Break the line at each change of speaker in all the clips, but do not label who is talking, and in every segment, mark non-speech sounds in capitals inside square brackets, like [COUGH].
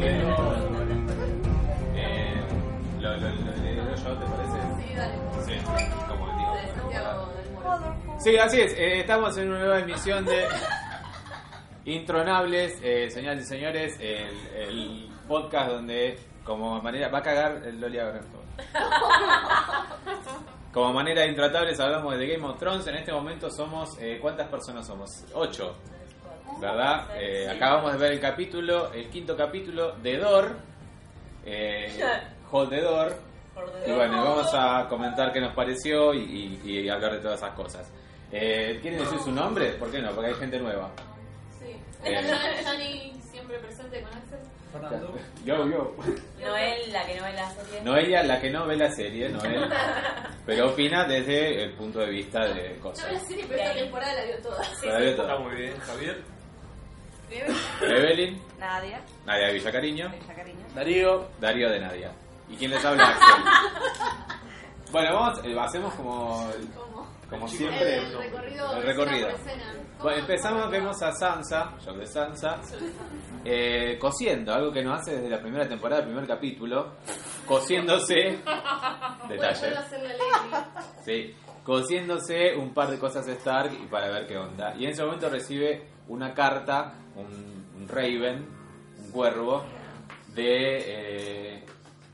Eh, Sí, así es. Eh, estamos en una nueva emisión de Intronables, eh, señoras y señores, el, el podcast donde como manera... Va a cagar el Loli ahora. Como manera de intratables hablamos de Game of Thrones. En este momento somos... eh, ¿Cuántas personas somos? Ocho, ¿verdad? Eh, acabamos de ver el capítulo, el quinto capítulo de Dor. Eh, Hold the Door. Y bueno, vamos a comentar qué nos pareció y, y- y hablar de todas esas cosas. Eh, ¿Quieren decir su nombre? ¿Por qué no? Porque hay gente nueva.
Sí.
Eh.
Johnny- [LAUGHS] Johnny siempre presente con Axel.
Fernando.
Yo, yo.
Noel, la que no ve la serie.
Noelia, la que no ve la serie, Noel, pero opina desde el punto de vista de
No la
cosas.
serie, pero esta temporada la vio toda.
Pero de
Está
todo.
muy bien, Javier.
Evelyn,
Nadia,
Nadia Villacariño,
esa cariño.
Darío.
Darío de Nadia. ¿Y quién les habla? Axel. Bueno, vamos, eh, hacemos como,
¿Cómo?
como
El
siempre.
el recorrido.
El recorrido.
escena por escena. ¿Cómo?
Bueno, empezamos, vemos a Sansa, yo de Sansa, eh, cosiendo, algo que nos hace desde la primera temporada, el primer capítulo,
[LAUGHS]
cosiéndose.
Bueno, yo
Detalle.
iba a hacer la ley.
Sí, cosiéndose un par de cosas Stark y para ver qué onda. Y en ese momento recibe una carta, un, un Raven, un cuervo, de. eh,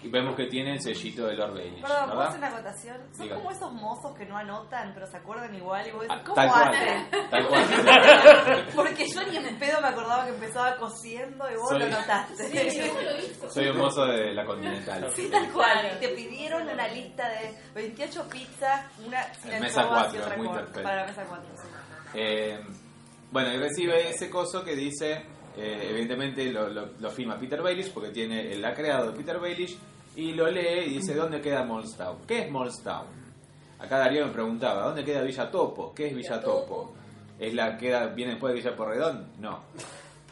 y vemos que tiene el sellito de Lord Baelish,
Perdón, ¿puedo
¿verdad?
hacer una acotación? Son
Diga.
como esos mozos que no anotan, pero se acuerdan igual y vos decís,
Ah,
¿cómo
tal cual,
hacen?
tal cual.
[LAUGHS] Porque yo ni en pedo me acordaba que empezaba cosiendo y vos
Soy- [LAUGHS]
lo notaste. [LAUGHS]
Sí, ¿cómo lo hizo?
Soy un mozo de la Continental.
Sí, tal cual.
Claro.
Y te pidieron una lista de 28 pizzas, una sin
En mesa
alcobas
cuatro,
y otra
muy
con-
perfecto.
para la mesa 4.
Eh, bueno, y recibe ese coso que dice, eh, evidentemente lo, lo- lo filma Peter Baelish porque tiene el ha creado Peter Baelish y lo lee y dice, ¿dónde queda Morstown? ¿Qué es Morstown? Acá Darío me preguntaba, ¿dónde queda Villa Topo? ¿Qué es Villa Topo? ¿Es la que queda- viene después de Villa Porredón? No.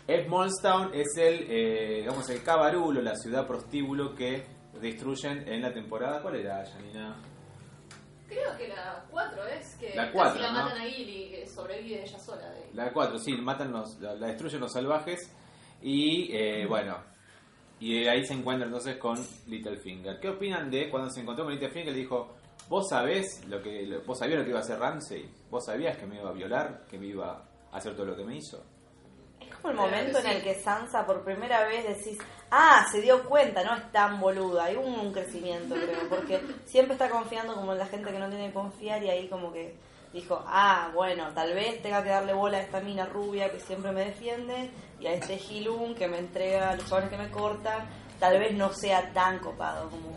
Es Morstown, es el, eh, digamos, el cabarulo, la ciudad prostíbulo que destruyen en la temporada. ¿Cuál era, Janina?
Creo que la 4 es que
La
casi
cuatro,
la
¿no?
matan a Gilly, que sobrevive ella sola. De...
La 4, sí, matan los, la, la destruyen los salvajes y eh, bueno, y ahí se encuentra entonces con Littlefinger. ¿Qué opinan de cuando se encontró con Littlefinger? Le dijo, vos sabés lo que, lo- vos sabías lo que iba a hacer Ramsey, vos sabías que me iba a violar, que me iba a hacer todo lo que me hizo.
Es como el
Claro
momento
que
en
sí.
el que Sansa por primera vez decís, ah, se dio cuenta, no es tan boluda, hay un, un
[LAUGHS]
crecimiento, creo, porque siempre está confiando como en la gente que no tiene que confiar y ahí como que dijo, ah, bueno, tal vez tenga que darle bola a esta mina rubia que siempre me defiende y a este Gilun que me entrega los chabones que me cortan, tal vez no sea tan copado como...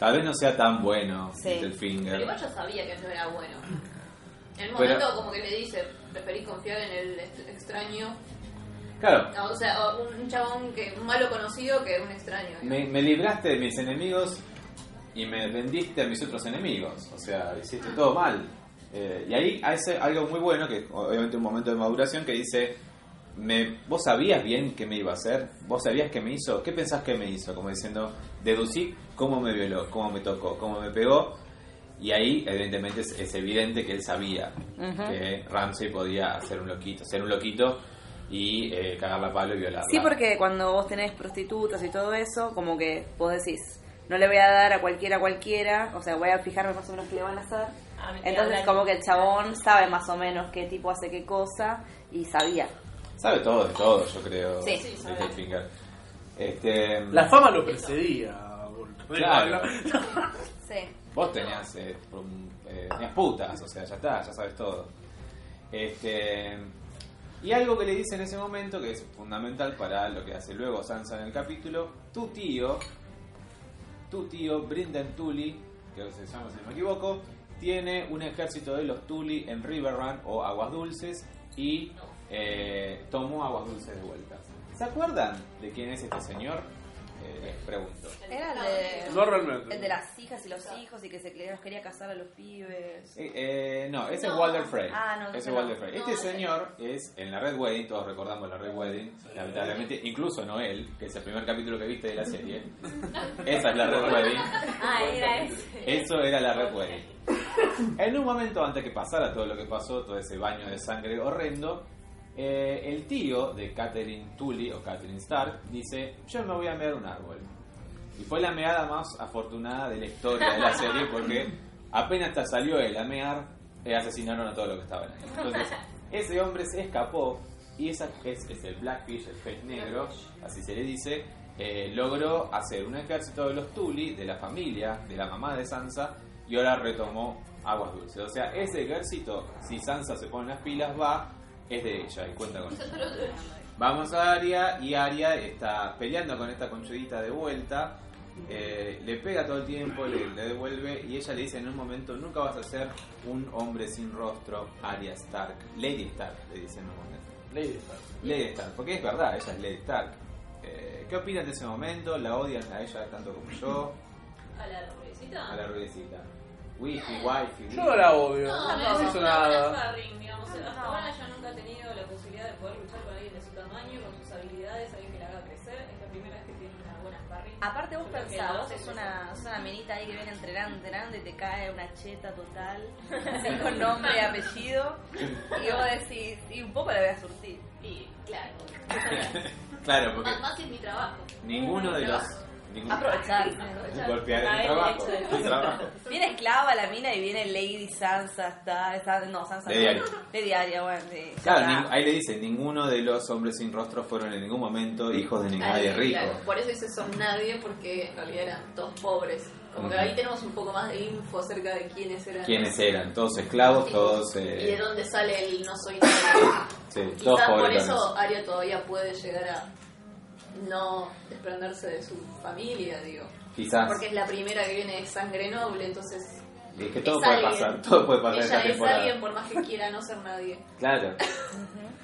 Tal vez no sea tan bueno
Sí.
Pero
Littlefinger.
igual yo sabía que no era bueno. En
Pero-
el momento como que le dice, preferís confiar en el est- extraño,
Claro,
o sea, o un un chabón que un malo conocido que un extraño.
me, me libraste de mis enemigos y me vendiste a mis otros enemigos. O sea, hiciste todo mal. Eh, y ahí hace algo muy bueno, que obviamente un momento de maduración, que dice, me, vos sabías bien qué me iba a hacer, vos sabías qué me hizo, qué pensás que me hizo, como diciendo, deducí cómo me violó, cómo me tocó, cómo me pegó. Y ahí, evidentemente, es, es evidente que él sabía que Ramsey podía hacer un loquito, ser un loquito y eh, cagar la palo y violarla.
Sí, porque cuando vos tenés prostitutas y todo eso, como que vos decís, no le voy a dar a cualquiera a cualquiera, o sea, voy a fijarme más o menos qué le van a hacer.
Ah, me queda
Entonces,
blanco.
como que el chabón sabe más o menos qué tipo hace qué cosa y sabía.
Sabe todo de todo, yo creo.
Sí,
sí,
Little
sabe.
Finger. Este,
La fama lo precedía. boludo.
Claro.
Sí.
Vos tenías, eh, prum, eh, tenías putas, o sea, ya está, ya sabes todo. Este, y algo que le dice en ese momento, que es fundamental para lo que hace luego Sansa en el capítulo, tu tío, tu tío Brindan Tully, que se llama si no me equivoco, tiene un ejército de los Tully en Riverrun o Aguas Dulces y eh, tomó Aguas Dulces de vuelta. ¿Se acuerdan de quién es este señor? Eh, les pregunto.
Era el de-
No realmente.
El de las hijas y los hijos y que se que los quería casar a los
[LAUGHS]
pibes.
Eh, eh, no, ese es
No.
Walter Frey.
Ah, no,
ese es
no.
Walter Frey.
No,
Este
ese-
señor es en la Red Wedding, todos recordamos la Red Wedding, lamentablemente, incluso Noel, que es el primer capítulo que viste de la serie. Esa es la Red Wedding.
Ah, era ese.
Eso era la Red Wedding. En un momento antes que pasara todo lo que pasó, todo ese baño de sangre horrendo, eh, el tío de Catherine Tully o Catherine Stark dice, yo me voy a mear un árbol. Y fue la meada más afortunada de la historia de la serie porque apenas hasta salió él a mear, eh, asesinaron a todo lo que estaban ahí. Entonces, ese hombre se escapó y esa es, es el Blackfish, el pez negro, así se le dice, eh, logró hacer un ejército de los Tuli, de la familia, de la mamá de Sansa, y ahora retomó Aguas Dulces. O sea, ese ejército, si Sansa se pone las pilas, va, es de ella y cuenta con eso. Vamos a Aria y Aria está peleando con esta conchudita de vuelta. eh, le pega todo el tiempo, le, le devuelve y ella le dice en un momento nunca vas a ser un hombre sin rostro, Aria Stark, Lady Stark, le dice en un momento.
Lady Stark.
Lady Stark, porque es verdad, ella es Lady Stark. Eh, ¿Qué opinan de ese momento? ¿La odian a ella tanto como yo?
A la rubiecita.
A la rubiecita. Wifi, wifi, wifi.
Yo no la odio.
No, me
No
parece
hizo
una buena
nada.
sparring, digamos. Hasta ahora yo nunca he tenido la posibilidad de poder luchar con alguien de su tamaño, con sus habilidades, alguien que la haga crecer. Es la primera vez que tiene una buena sparring.
Ah,
Aparte vos
Yo creo que
pensás,
la
vos
otra
sos
es
una, sos una minita ahí que viene entrenando, entrenando y te cae una cheta total, así con nombre y apellido, y vos decís, y un poco la voy a surtir.
esa. Y claro.
Claro, porque
Más, más que es mi trabajo.
ninguno de los... Ninguno,
Aprovechar.
golpear
Ah,
el
es
trabajo.
hecho de-
El trabajo.
Viene esclava la mina y viene Lady Sansa, está, está no, Sansa
Lady
no,
Aria.
Lady Aria, bueno, sí.
Claro,
Está.
ning- ahí le dice, ninguno de los hombres sin rostro fueron en ningún momento hijos de nadie
Ay,
rico.
claro, por eso dice son nadie, porque en realidad eran todos pobres. Como que
Ujú.
ahí tenemos un poco más de info acerca de quiénes eran.
¿Quiénes eran? Todos esclavos, todos...
Y de
Eh,
dónde sale el no
[LAUGHS]
soy nadie.
sí, todos
Quizás por
pobretones.
eso Aria todavía puede llegar a no desprenderse de su familia, digo.
Quizás.
Porque es la primera que viene de sangre noble, entonces
Y es que todo
es
puede
alguien.
pasar, [LAUGHS] todo puede pasar en
ella
esta
es
temporada.
alguien por más que quiera no ser nadie.
Claro.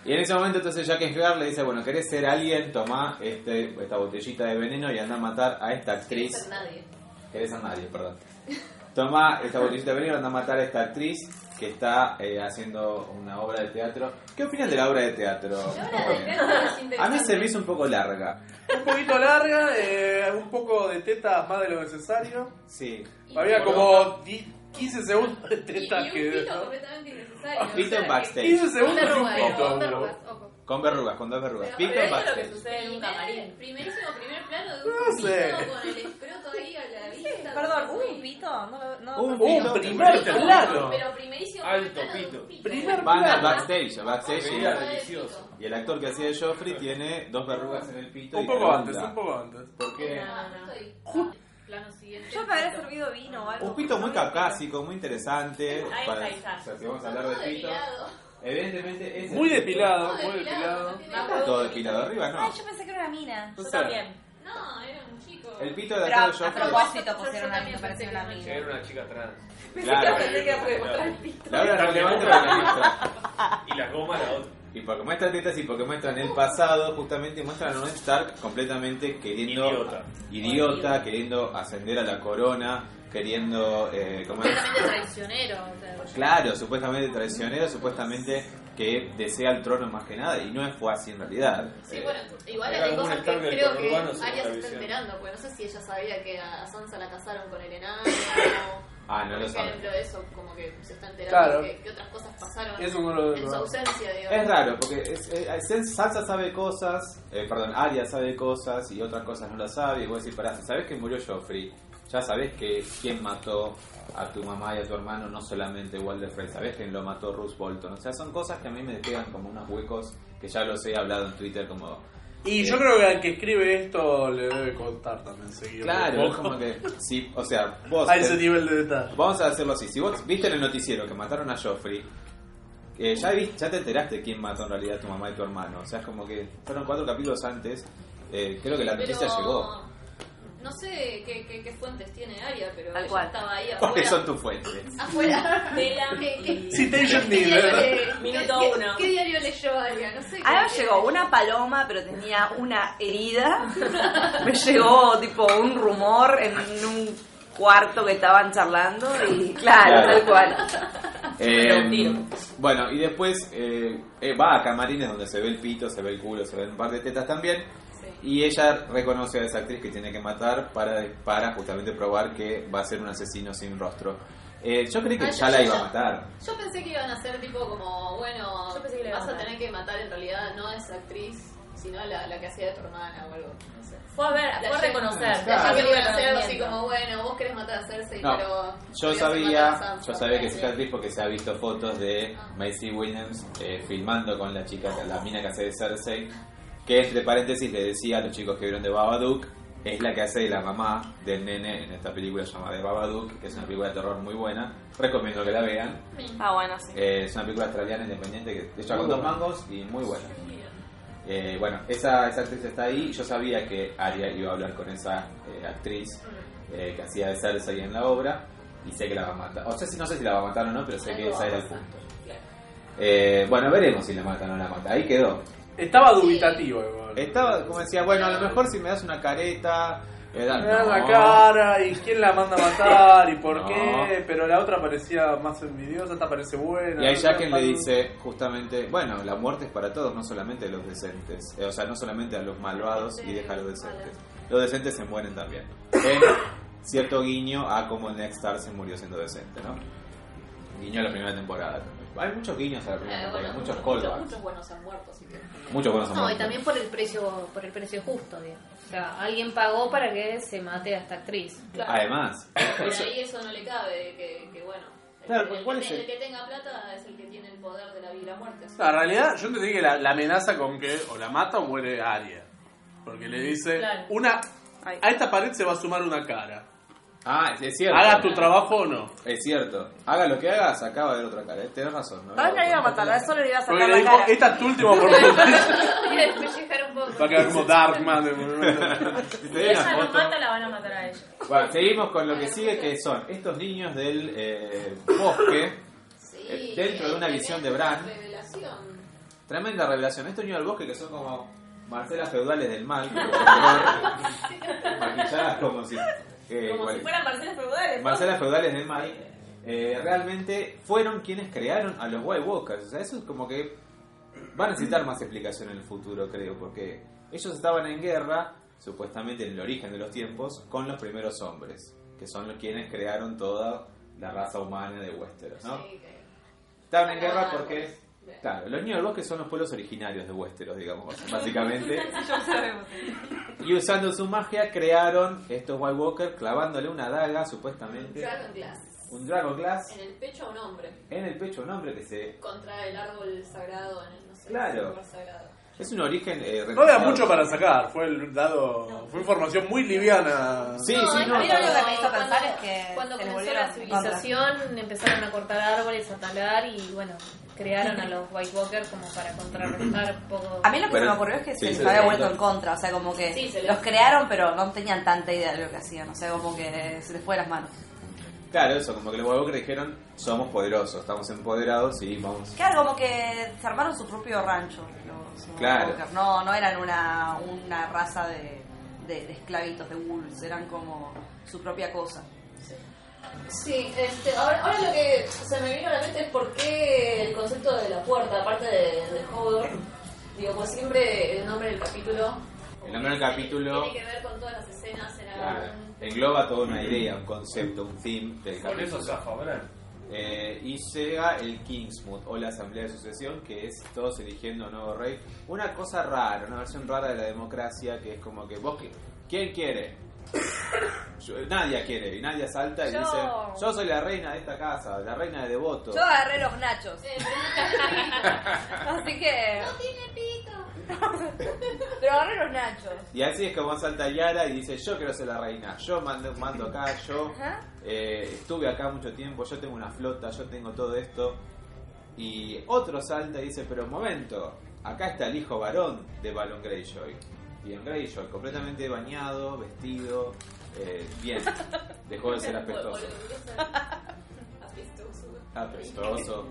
Y en ese momento entonces Jack Esgar le dice, bueno, ¿querés ser alguien? Tomá este, esta botellita de veneno y anda a matar a esta
Quiere
actriz.
ser nadie.
Querés ser nadie, perdón. Toma esta botellita de veneno, anda a matar a esta actriz que está eh, haciendo una obra de teatro. ¿Qué opinan de la obra de teatro?
La obra de teatro [LAUGHS] es interesante.
A mí se me hizo un poco larga.
Un poquito larga, eh, un poco de tetas más de lo necesario.
Sí.
Y-
Había
y-
como di- 15 segundos de
Y, y
tetas que.
un pito completamente innecesario.
Pito en
que-
backstage.
15
Una
segundos y un
arruga,
pito.
ojo,
boludo.
arrugas, ojo.
Con verrugas, con dos verrugas.
Pero-
Pito
pero
en
eso es lo
backstage.
que sucede en un camarín. Primerísimo, primer plano de un
No sé.
pito con el escroto ahí a la vista.
Perdón, ¿hubo un pito? No, lo- no,
Un
no sé.
pito.
Un primer
Pito.
plano.
Pero primerísimo
Alto
primer plano de un
pito.
Primer
Van
plano.
al backstage, al backstage y,
Venía
Todo el pito.
delicioso.
y el actor que hacía de Joffrey tiene dos verrugas en el pito.
Un
y
poco
pregunta,
antes, un poco antes.
¿Por qué?
Ah, justo ahí. Plano siguiente.
Yo me habría servido vino o algo.
Un pito muy caucásico, muy interesante.
Ahí
para-
está, ahí está.
o sea, si vamos a hablar
Todo
de pito,
depilado.
evidentemente es.
Muy depilado,
Todo
muy
depilado,
depilado.
no
depilado.
tiene-
Todo depilado arriba,
Ay,
no.
yo pensé que era una mina.
O
Yo
sea,
también.
No, era un chico.
El pito de
Pero
acá
a,
de
a
Joffrey.
propósito
Yo- yo
pusieron a mí,
también
parecía
pensé
una
que
mina.
Era una chica trans.
Claro. La obra es relevante
[LAUGHS]
porque muestra.
Y las gomas la otra.
Y porque muestran tetas y porque muestran el pasado, justamente muestran a un Stark completamente queriendo.
Idiota.
Idiota, queriendo ascender a la corona, queriendo. Eh, ¿cómo es?
Completamente traicionero. o sea,
Claro, supuestamente traicionero, supuestamente que desea el trono más que nada, y no fue así en realidad.
Sí,
Eh,
bueno, igual
Era
hay
como un
cosas que
Stark del
creo que
conurbano, según
Aria
la
se está
visión.
enterando, porque no sé si ella sabía que a Sansa la casaron con el enano.
Ah, no
por
lo sabe.
ejemplo, eso, como que se está enterando
Claro.
que, que otras cosas pasaron
Eso no lo
en su ausencia, digamos.
Es raro, porque es, es- es- Sansa sabe cosas, eh, perdón, Arya sabe cosas y otras cosas no las sabe. Y vos decís, pará, si sabés que murió Joffrey, ya sabés que quién mató a tu mamá y a tu hermano, no solamente Walder Frey, sabés que lo mató Bruce Bolton. O sea, son cosas que a mí me pegan como unos huecos que ya los he hablado en Twitter como...
Y
Sí.
yo creo que al que escribe esto le debe contar también seguido.
Claro, vos como que... Sí, o sea, vos...
[LAUGHS] A
te-
ese nivel de detalle.
Vamos a hacerlo así. Si vos viste en el noticiero que mataron a Joffrey, eh, ya, vi- ya te enteraste quién mató en realidad a tu mamá y tu hermano. O sea, es como que fueron cuatro capítulos antes. Eh, creo que la noticia
Pero
llegó.
[LAUGHS] No sé qué, qué, qué fuentes tiene Aria, pero
Tal
ella
cual.
estaba ahí
¿Cuáles
afuera.
son tus fuentes?
Afuera.
de la-
¿Qué- qué-
Citation
¿Qué diario,
Needle.
le-
Minuto
qué-
uno.
¿Qué diario leyó Aria? No sé.
A mí
qué-
me llegó una paloma, pero tenía una herida. Me llegó tipo un rumor en un cuarto que estaban charlando y claro,
Claro.
tal cual.
Eh,
tiro.
bueno, y después eh, eh, va a camarines donde se ve el pito, se ve el culo, se ven un par de tetas también. Y ella reconoce a esa actriz que tiene que matar para, para justamente probar que va a ser un asesino sin rostro. Eh, yo creí que
Ah,
ya
ya-
la
ya-
iba a
ya.
matar.
Yo pensé que iban a ser tipo como, bueno,
Yo pensé que le iban
vas
a
a
matar.
tener que matar en realidad, no es actriz.
Si no, la, la que hacía de tu hermana o algo. No sé.
Fue a ver, fue a reconocer.
Claro.
Yo
Yo
quería
tengo
hacer algo así
conocimiento.
como, bueno, vos querés matar a Cersei,
No,
pero...
Yo
querías matar a
sabía,
Sansa.
yo sabía que
Sí.
es actriz porque se ha visto fotos de Macy Williams eh, filmando con la chica, la mina que hace de Cersei, que entre paréntesis le decía a los chicos que vieron de Babadook, es la que hace de la mamá del nene en esta película llamada de Babadook, que es una película de terror muy buena, recomiendo que la vean.
Ah, bueno, sí.
Eh, es una película australiana independiente que hecha con
Muy
dos
buena.
mangos y muy buena. Eh, bueno, esa, esa actriz está ahí. Yo sabía que Aria iba a hablar con esa eh, actriz eh, que hacía de Cersei en la obra y sé que la va a matar. O sea, si- no sé si la va a matar o no, pero sé que esa era el punto. Eh, bueno, veremos si la matan o no la mata. Ahí quedó.
Estaba dubitativo, igual.
Estaba como decía, bueno, a lo mejor si me das una careta, eh, da-
Me dan la
no.
cara y quién la manda a matar y por
No.
qué, pero la otra parecía más envidiosa, esta parece buena.
Y ahí
¿no?
Jaquen le
Tan-
dice justamente, bueno, la muerte es para todos, no solamente a los decentes, Eh, o sea, no solamente a los malvados y deja a los decentes. Los decentes se mueren también. En cierto guiño a como Next Star se murió siendo decente, ¿no? Guiño a la primera temporada también. Hay muchos guiños a la primera
Eh,
temporada,
bueno,
muchos
muchos,
callbacks,
muchos buenos han muerto, así que...
muchos buenos
No, y
momentos.
también por el precio, por el precio justo, digamos. O sea, alguien pagó para que se mate a esta actriz.
Además,
Pero ahí eso no le cabe, que, que bueno. el
Claro,
que-
pues,
el,
¿cuál
que
es
te-
el-
el que tenga plata es el que tiene el poder de la vida y la muerte. así.
No, en realidad, yo entendí que la, la amenaza con que o la mata o muere Aria. Porque le dice,
Claro.
una
Ay.
a esta pared se va a sumar una cara.
ah, es- es cierto.
Hagas tu trabajo o no.
Es cierto. Haga lo que hagas, acaba de ver otra cara. Eh, Tenés razón. No,
No, no iba a matarla, solo le iba a
Porque
sacar
le
la
dijo,
cara.
esta es tu última oportunidad.
[LAUGHS] Y después llegar un poco.
Va a quedar como Darkman. de-
Si ella lo mata, la van a matar a ella.
Bueno, seguimos con lo que sigue, que son estos niños del eh, bosque.
Sí,
eh, dentro de una
tremenda
visión de Bran.
Revelación.
Tremenda revelación. Estos niños del bosque que son como Marcelas feudales del mal. que, por
[LAUGHS]
favor, Maquilladas como si... eh,
Como
cual-
si fueran parcelas feudales. ¿no?
Marcelas feudales del mal. eh, realmente fueron quienes crearon a los White Walkers. O sea, eso es como que va a necesitar más explicación en el futuro, creo, porque ellos estaban en guerra, supuestamente en el origen de los tiempos, con los primeros hombres, que son los quienes crearon toda la raza humana de Westeros, ¿no?
Sí, que-
Estaban en guerra
Árboles.
porque,
Bien.
claro, los niños del bosque son los pueblos originarios de Westeros, digamos, básicamente. y usando su magia crearon estos White Walkers clavándole una daga, supuestamente,
Dragon Glass.
un Dragon Glass
En el pecho a un hombre.
en el pecho, un hombre que se...
Contra el árbol sagrado. En el, no sé,
Claro.
el árbol sagrado.
Es un origen... eh,
No había
retrasado.
mucho para sacar, fue el dado, fue información muy liviana.
Sí, sí, no.
a mí lo único que me hizo
Cuando-
pensar es que
cuando
se
comenzó
les volvió
la
la civilización, [LAUGHS] empezaron a cortar árboles, a talar y bueno, crearon a los White Walkers como para contrarrestar un poco. [LAUGHS]
A mí lo que
Pero-
se me ocurrió es que
sí,
se les
se les
había
notó.
vuelto en contra, o sea, como que
Sí, se les-
los crearon pero no tenían tanta idea de lo que hacían, o sea, como que se les fue de las manos.
Claro, eso, como que los White Walkers dijeron, somos poderosos, estamos empoderados y vamos...
Claro, como que se armaron su propio rancho los los
Claro.
Walker. No, no eran una, una raza de, de- de esclavitos, de wolves, eran como su propia cosa.
Sí, este, ahora, ahora lo que se me vino a la mente es por qué el concepto de la puerta, aparte de, de Hodor, digo, pues siempre el nombre del capítulo.
El nombre del capítulo-
Tiene que ver con todas las escenas en
Claro.
algún-
Engloba toda una idea, un concepto, un theme del
Con
capítulo.
eso zafa, ¿verdad?
Eh, y llega el Kingsmood o la Asamblea de Sucesión, que es todos eligiendo a un nuevo rey. Una cosa rara, una versión rara de la democracia, que es como que vos, qui- ¿quién quiere? [COUGHS] Yo- nadie quiere, y nadie salta y
Yo.
dice, yo soy la reina de esta casa, la reina de devoto.
agarré los nachos. Así que. Pero agarré los nachos.
Y así es como salta Yara y dice, yo quiero ser la reina, yo mando, mando acá, yo
Ajá.
eh, estuve acá mucho tiempo, yo tengo una flota, yo tengo todo esto. Y otro salta y dice, pero un momento, acá está el hijo varón de Balon Greyjoy. Balon Greyjoy, completamente bañado, vestido, eh, bien, dejó de
[LAUGHS]
ser apestoso.
Apestoso.
Apestoso.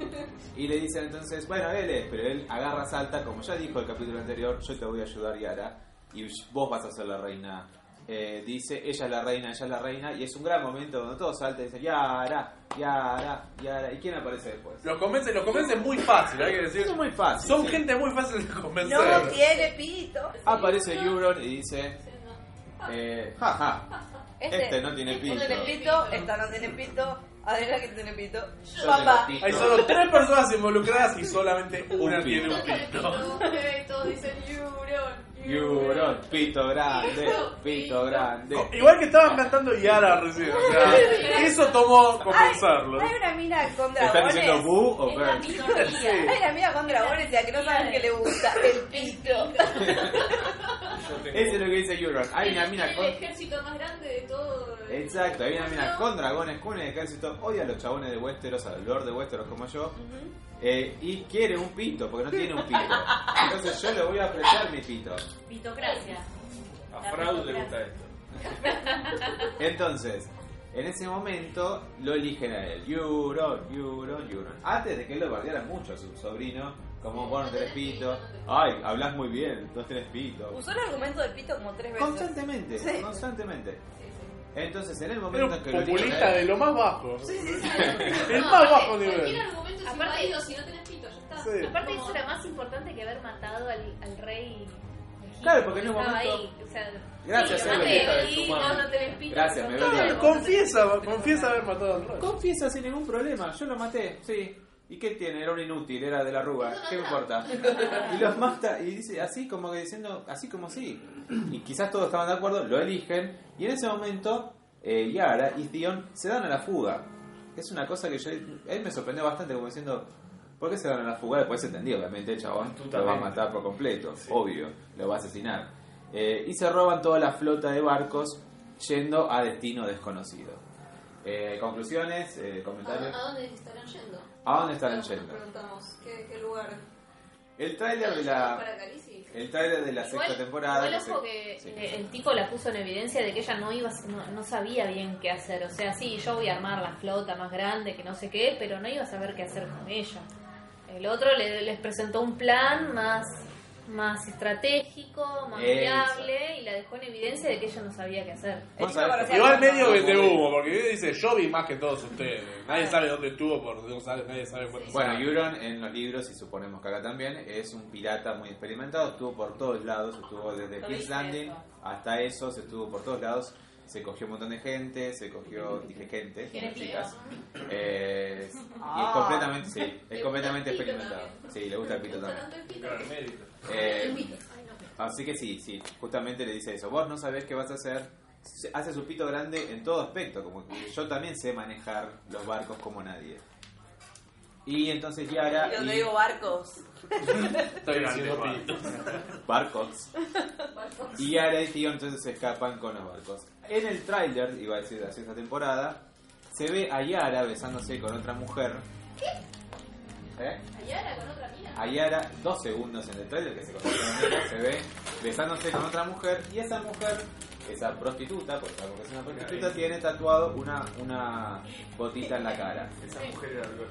Y le dicen entonces, bueno, él es, pero él agarra, salta, como ya dijo el capítulo anterior, yo te voy a ayudar, Yara, y vos vas a ser la reina. Eh, dice, ella es la reina, ella es la reina, y es un gran momento donde todos saltan y dicen, Yara, Yara, Yara. ¿Y quién aparece después?
Los convencen, los convencen muy fácil, hay que decir.
Eso es muy fácil.
Son
sí.
gente muy fácil de convencer.
tiene pito.
Aparece Euron y dice, eh, jaja, este, no tiene pito.
pito, esta no tiene pito,
Adela que tiene pito.
Yo
Papá.
tengo
Hay
pito.
solo tres personas involucradas y solamente una
Un
tiene un
Tocan el
pito.
pito, y todos dicen Yuron,
Tiburón, pito grande, pito grande.
Igual que estaban cantando Yara recién, o sea, eso tomó compensarlo.
Hay una mina con
¿Están diciendo
dragones.
bu o
Es la
bird?
Sí.
minoría.
Hay una mina con dragones y a que no saben que le gusta el pito.
Yo tengo-
Eso es lo que dice Euron. Hay una mina
el
con.
ejército más grande de todo. el
Exacto, hay una mina
mundo.
con dragones, con el ejército, odia a los chabones de Westeros, al Lord de Westeros como yo, eh, y quiere un pito, porque no tiene un pito. Entonces yo le voy a prestar mi pito.
Mitocracia.
A Fraud le gusta esto.
Entonces, en ese momento lo eligen a él. Euron, Euron, Euron. Antes de que él lo bardeara mucho a su sobrino, como vos no tenés pito. Ay, hablas muy bien, no tenés pito.
Usó el argumento del pito como tres veces.
Constantemente,
Sí.
constantemente. Entonces, en el
Era
momento
un
que lo eligen
populista
a
de
él,
lo más bajo. El
No,
más
aparte,
bajo
Cualquier
nivel.
argumento es
Aparte-
inválido si no tenés pito, ya está.
Sí.
Aparte
Como-
eso era más importante que haber matado al, al rey. de Egipto,
Claro, porque en
que
un
estaba
momento-
ahí, o sea,
Gracias,
sí,
Euron.
lo maté,
Gracias,
y
tu
no,
madre.
no tenés pito.
Gracias, me
No, Confiesa, confiesa haber matado al rey.
Confiesa sin ningún problema, yo lo maté, sí. ¿Y qué tiene? Era un inútil, era de la rúa, ¿qué me importa? Y los mata y dice así como que diciendo, así como sí. Y quizás todos estaban de acuerdo, lo eligen. Y en ese momento, eh, Yara y Theon se dan a la fuga. Es una cosa que yo, él me sorprendió bastante como diciendo, ¿por qué se dan a la fuga? Después entendí, obviamente, el chabón lo va a
Totalmente.
matar por completo, obvio, lo va a asesinar. Eh, y se roban toda la flota de barcos yendo a destino desconocido. Eh, conclusiones, eh,
¿A,
comentarios.
a dónde estarán yendo?
¿A dónde estarán
Nosotros
yendo?
Nos preguntamos, ¿qué, qué lugar?
El tráiler de
¿Estarán yendo
la Eh,
para Calici?
el tráiler de la
Igual-
sexta temporada.
igual
que
ojo
se-
que
sí.
eh, el tipo la puso en evidencia de que ella no iba, a- no, no sabía bien qué hacer. O sea, sí, yo voy a armar la flota más grande, que no sé qué, pero no iba a saber qué hacer con ella. El otro le- les presentó un plan más, más estratégico, más
Eso.
viable, y la dejó en evidencia de que ella no sabía qué hacer.
Vos sabés
Igual
que-
Igual medio vende humo, porque dice, yo vi más que todos ustedes. Nadie sabe dónde estuvo por Dios sabe, nadie sabe cuándo
Bueno, Euron en los libros, y suponemos que acá también, es un pirata muy experimentado, estuvo por todos lados, estuvo desde
Lo
King's
dice
Landing
eso.
hasta eso, se estuvo por todos lados, se cogió un montón de gente, se cogió, dije gente,
Gente.
chicas. Eh, y es
Ah.
completamente, sí, es
gusta
completamente
[LAUGHS] el pito
experimentado.
también.
Sí, le gusta el pito
¿Te gusta
también.
tanto el pito?
Claro, mérito.
Eh,
[LAUGHS] El pito. Ay, no.
Así que sí, sí, justamente le dice eso. Vos no sabés qué vas a hacer. Se- Hace su pito grande en todo aspecto, como que yo también sé manejar los barcos como nadie. Y entonces Yara
Yo
y
le digo barcos.
Estoy haciendo pito.
barcos. Y Yara y Tío entonces se escapan con los barcos. En el tráiler, iba a decir de la sexta temporada, se ve a Yara besándose con otra mujer. ¿Qué? ¿Eh?
Ayala con otra mina.
a Yara dos segundos en el trailer que se conocieron, se ve besándose con otra mujer y esa mujer, esa prostituta, porque sabemos que es una prostituta, tiene tatuado una, una botita en la cara.
Esa mujer era algo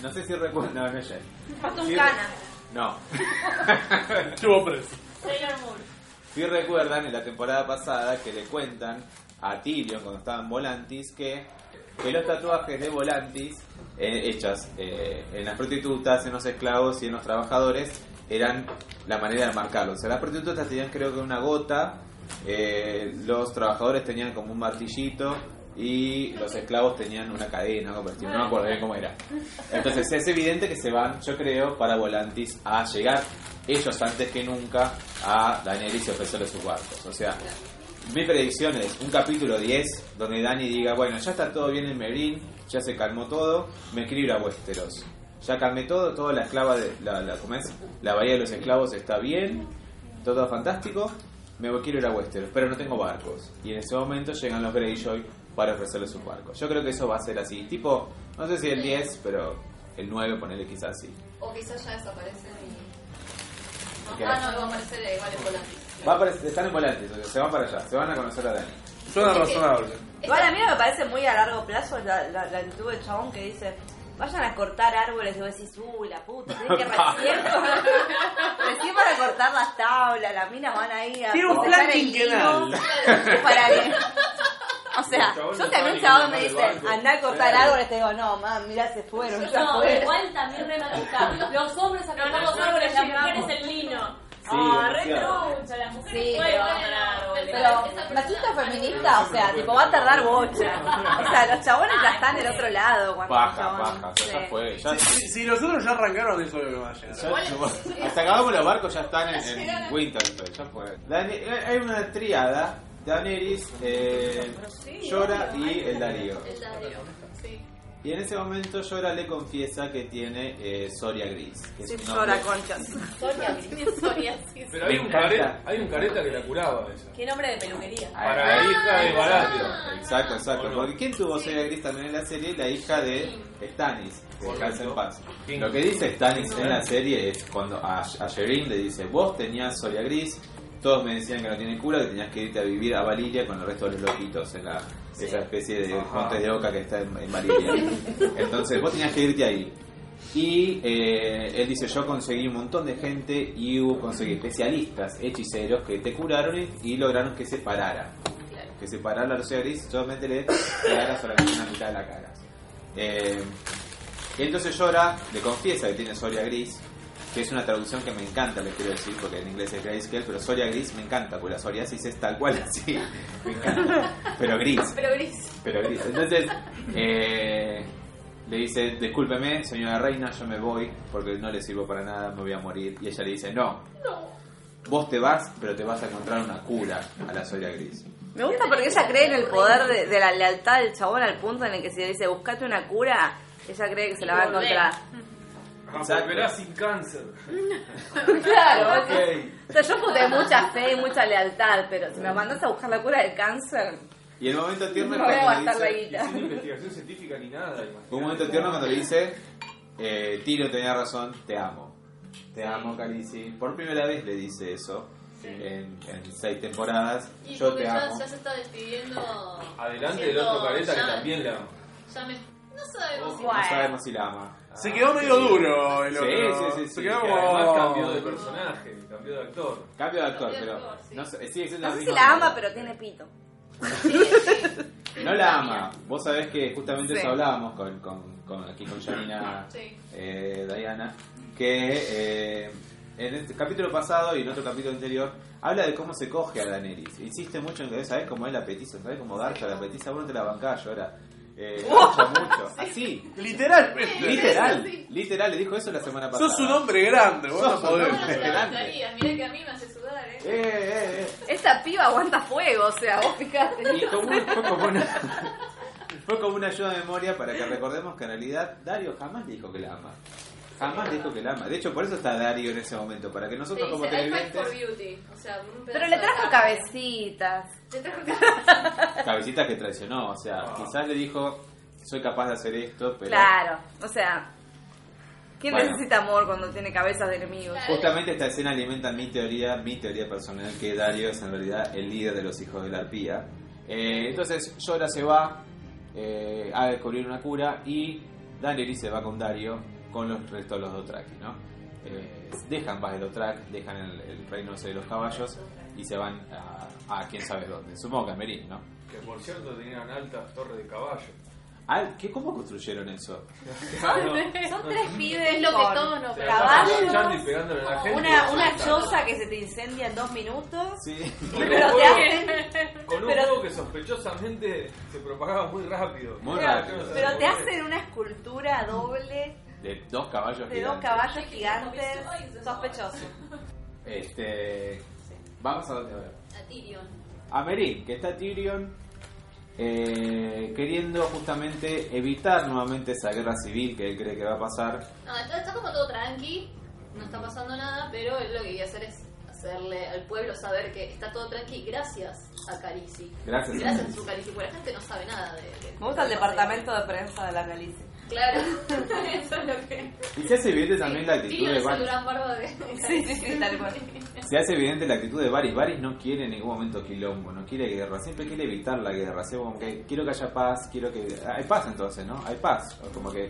No sé si recuerdan, no, no es Jen.
Falta
Sí,
un cana.
No,
Estuvo preso.
Sailor Moon.
si recuerdan en la temporada pasada que le cuentan a Tyrion cuando estaba en Volantis que, que los tatuajes de Volantis eh, hechas eh, en las prostitutas, en los esclavos y en los trabajadores eran la manera de marcarlos. O sea, las prostitutas tenían creo que una gota, eh, los trabajadores tenían como un martillito y los esclavos tenían una cadena, algo por el estilo. no me acuerdo bien cómo era. Entonces es evidente que se van, yo creo, para Volantis a llegar ellos antes que nunca a Daenerys y ofrecerle sus barcos. O sea, mi predicción es un capítulo 10 donde Dani diga, bueno, ya está todo bien en Merín, ya se calmó todo, me quiero ir a Westeros. Ya calmé todo, toda la esclava de la, la, ¿cómo es? la bahía de los esclavos está bien, todo fantástico, me voy- quiero ir a Westeros, pero no tengo barcos. Y en ese momento llegan los Greyjoy para ofrecerle sus barcos. Yo creo que eso va a ser así, tipo, no sé si el 10, pero el 9 ponele quizás así.
O quizás ya desaparecen y...
¿Qué?
No, ah, no, va a aparecer igual en Volantis.
Va a aparecer- están en volantes, o sea, se van para allá, se van a conocer a Dani.
Suena razonable.
Igual a mí me parece muy a largo plazo la, la, la actitud del chabón que dice vayan a cortar árboles y vos decís, uh, la
[LAUGHS]
puta, tenés que recién, [LAUGHS] recién van a cortar las tablas, las minas van ahí a
Tiene un
cortar
plan
el
[LAUGHS]
quinquenal.
hilo para que... O sea,
El chabón
yo
no
también el
estaba
chabón me
ningún
dice,
mal banco.
andá a cortar árboles, te digo, no, mam, mirá, se fueron, ya
No,
fueron.
igual también
[LAUGHS]
rematista. Los hombres a
No, no,
cortar
los árboles, las
llegamos.
mujeres el lino.
Sí, demasiado.
Sí,
Puede
pero,
ganar,
pero
boludo.
esa
Esa
machista feminista, o sea,
Tipo, va a tardar bocha. O sea, los chabones
Ah,
ya están del otro lado. Cuando
Baja,
chabón-
baja, ya, ya
Sí.
fue. Ya,
Si, si nosotros ya arrancaron eso de que va a llegar.
ya chupó. Hasta acabamos los barcos, ya están en, en Winterfell, ya fue. Dani- eh, hay una triada: Daenerys, eh, Llora y el Darío.
El Darío. Sí.
Y en ese momento Llora le confiesa que tiene eh, Soria Gris. Que es
Sí,
un
llora
hombre-
conchas.
Soria tiene psoriasis.
Pero hay
Me
un,
encanta.
careta, hay un careta que la curaba esa.
Qué nombre de peluquería.
Ah,
Para la
ah,
hija de Baratheon.
Exacto, exacto.
¿O no?
Porque ¿quién tuvo Soria Gris también en la serie? La hija de Stannis, que descansa en paz. Lo que dice Stannis en la serie es cuando a, a Jeryn le dice, vos tenías Soria Gris, todos me decían que no tiene cura, que tenías que irte a vivir a Valiria con el resto de los loquitos en la, esa especie de monte de oca que está en, en Valiria. Entonces vos tenías que irte ahí. Y eh, él dice, yo conseguí un montón de gente y hubo, conseguí especialistas, hechiceros, que te curaron y, y lograron que se parara. Que se parara la Rosario Gris, solamente le quedara solamente una mitad de la cara. Eh, y entonces llora, le confiesa que tiene Soria Gris, que es una traducción que me encanta, les quiero decir, porque en inglés es Grayscale, pero Soria Gris me encanta, porque la psoriasis es tal cual así, [LAUGHS] me encanta, pero gris
Pero gris.
pero gris. Entonces, eh, le dice, discúlpeme, señora reina, yo me voy porque no le sirvo para nada, me voy a morir. Y ella le dice, no, vos te vas, pero te vas a encontrar una cura a la soya gris.
Me gusta porque ella cree en el poder de, de la lealtad del chabón al punto en el que si le dice buscate una cura, ella cree que se la va a
[LAUGHS]
encontrar.
Ah, volverá sin cáncer.
Claro, o sea, yo puse mucha fe y mucha lealtad, pero si me mandas a buscar la cura del cáncer,
Y el momento tierno es
No voy a
cuando le
gastar la
dice,
guita.
Y sin investigación científica ni nada. imagínate.
un momento tierno cuando le dice, eh, Tiro tenía razón, te amo. Te amo, Khaleesi. Por primera vez le dice eso en, en seis temporadas.
Y
yo
porque
te
ya,
amo.
ya se está despidiendo.
Adelante el
diciendo,
otro careta que
ya-
también la ama.
Ya me... No sabemos si-
No sabemos si la ama.
Se quedó medio duro el
Sí,
otro.
sí, sí,
Se
sí.
quedó
Que
como-
además cambió de personaje, cambió de actor.
Cambio de actor,
Cambio de
pero
actor, sí.
no sé, sigue siendo
no
el
sé si
mismo
la ama,
actor.
pero tiene pito.
No la ama. Vos sabés que justamente
Sí.
eso hablábamos con, con- con- aquí con Janina
Sí.
eh, Diana, que eh, en este capítulo pasado y en otro capítulo anterior habla de cómo se coge a Daenerys. Insiste mucho en que sabés cómo es la petiza, sabés cómo garcha la petiza, vos no te la bancás, llora. Eh, garcha mucho. Así,
Literalmente.
literal, literal, le dijo eso la semana pasada.
Sos un hombre grande, vos
Sos
no
un
podés.
No
hombre.
lo aguantarías, mirá que a mí me hace sudar, ¿eh?
Eh, eh, eh.
Esta piba aguanta fuego, o sea, vos fijate.
Y como un- fue, como una, [LAUGHS] fue como una ayuda de memoria para que recordemos que en realidad Dario jamás dijo que la ama. Jamás dijo que la ama. De hecho, por eso está Dario en ese momento, para que
Te
nosotros como
dice, I fight for
televidentes,
beauty. O sea, un pedazo
Pero le
de
trajo
carne.
cabecitas.
Le trajo cabeza.
cabecita que traicionó, o sea, quizás le dijo, soy capaz de hacer esto, pero
Claro, o sea, ¿quién
Bueno.
necesita amor cuando tiene cabezas de enemigos?
justamente esta escena alimenta mi teoría, mi teoría personal, que Dario es en realidad el líder de los hijos de la arpía. Eh, entonces, Llora se va eh, a descubrir una cura y Daenerys se va con Dario con los restos de los Dothraki, ¿no? Eh, dejan Paz de Dothraki, dejan el, el reino ese de los caballos y se van a, a quién sabe dónde. Supongo que a Meereen, ¿no?
Que por cierto tenían altas torres de caballo.
Ah, ¿qué, ¿Cómo construyeron eso?
Son tres pibes
Es lo que
con
todos nos
Se la
Caballos,
pasan luchando y pegándole a la gente.
Una, una choza que se te incendia en dos minutos.
Sí. [LAUGHS]
Pero te hacen,
Con un
pero-
juego que sospechosamente se propagaba muy rápido.
Muy
Mirá,
rápido.
yo no sabía
pero te
por qué.
hacen una escultura doble
De dos caballos
de dos
gigantes.
caballos gigantes. Sospechoso.
Este, Vamos a dónde ahora.
A Tyrion.
a Meereen, que está Tyrion eh, queriendo justamente evitar nuevamente esa guerra civil que él cree que va a pasar.
No, está, está como todo tranqui, no está pasando nada, pero él lo que quería hacer es hacerle al pueblo saber que está todo tranqui gracias a Carisi.
Gracias.
Gracias a su Carisi, porque la gente no sabe nada de... de-
Me gusta el departamento de prensa de la análisis.
Claro, [LAUGHS] eso es lo que...
Y se hace evidente también la actitud
Tyrion
de
es el
Varys.
gran barba de...
[LAUGHS]
[LAUGHS]
Sí, sí, sí, tal cual.
Se hace evidente la actitud de Varys. Varys no quiere en ningún momento quilombo, no quiere guerra, siempre quiere evitar la guerra. Siempre como que quiero que haya paz, quiero que ah, hay paz entonces, ¿no? Hay paz. O Como que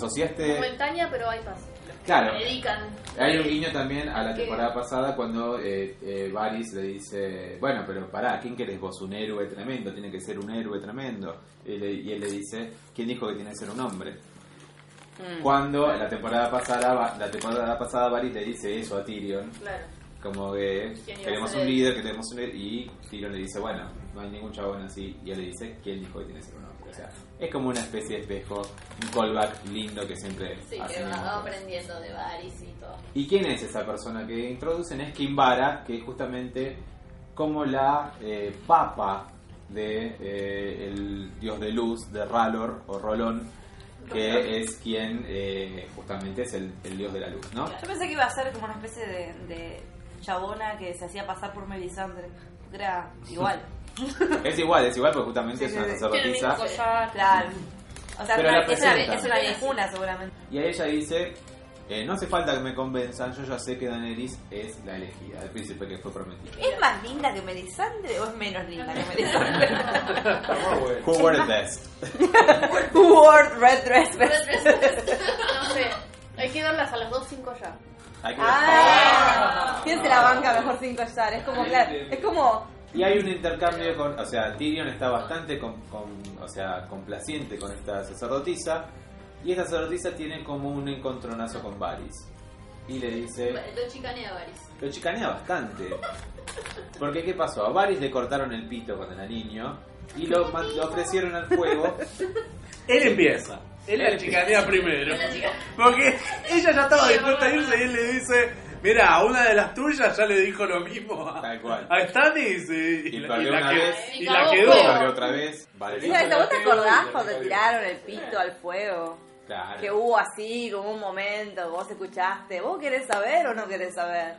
asociaste,
Momentánea, pero hay paz.
claro.
Me dedican...
Hay un guiño también a la
¿Qué?
temporada pasada cuando eh, eh, Varys le dice, bueno, pero pará, ¿quién querés vos? Un héroe tremendo, tiene que ser un héroe tremendo. Y, le- y él le dice, ¿quién dijo que tiene que ser un hombre? Mm. Cuando la temporada pasada, va- la temporada pasada Varys le dice eso a Tyrion,
Claro.
Como que
¿Quién iba a
queremos
ser
un
él?
líder, que tenemos un líder. Y Tyrion le dice, bueno, no hay ningún chabón así. Y él le dice, ¿quién dijo que tiene que ser un hombre? O sea, es como una especie de espejo, un callback lindo que siempre
Sí, que
hacen
va
en los-
va aprendiendo de Varys y todo.
Ah,
¿Y quién es esa persona que introducen? Es Kimbara, que es justamente como la eh, papa de eh, el dios de luz de Ralor o Rolón, que es quien eh, justamente es el, el dios de la luz, ¿no?
Yo pensé que iba a ser como una especie de, de chabona que se hacía pasar por Melisandre. porque Era igual.
Es igual, es igual porque justamente
Sí,
es
sí,
una
sí.
sacerdotisa.
Claro. O sea,
Ah.
es
Pero
una-
la
es, una,
presenta.
es una viejuna seguramente.
Y a ella dice, eh, no hace falta que me convenzan, yo ya sé que Daenerys es la elegida, el príncipe que fue prometido.
¿Es más linda que Melisandre o es menos linda que [LAUGHS] Melisandre?
Who were the best?
Word Red Dress.
Pero tres- no sé, hay que darlas a las 2.5 ya.
Hay que-
Ah, ¿Quién se la banca mejor sin collar? Es como, claro, es como
Y hay un intercambio con, o sea, Tyrion está bastante con- con- o sea, complaciente con esta sacerdotisa y esta sacerdotisa tiene como un encontronazo con Varys y le dice,
Lo chicanea Varys.
lo chicanea bastante. Porque ¿qué pasó? A Varys le cortaron el pito cuando era niño y lo, man- lo ofrecieron al fuego.
Él empieza. Él la chicanea primero.
Él la chica-
Porque ella ya estaba dispuesta a irse y él le dice, mira, a una de las tuyas ya le dijo lo mismo a,
Tal cual.
a Stannis y,
Y
la-
perdió
la
una
que-
vez.
y
Y
la
cagó
quedó.
fuego.
Salió otra vez, Varys.
¿Vos te acordás cuando tiraron el pito al fuego?
Claro.
Que hubo así, como un momento, vos escuchaste, ¿vos querés saber o no querés saber?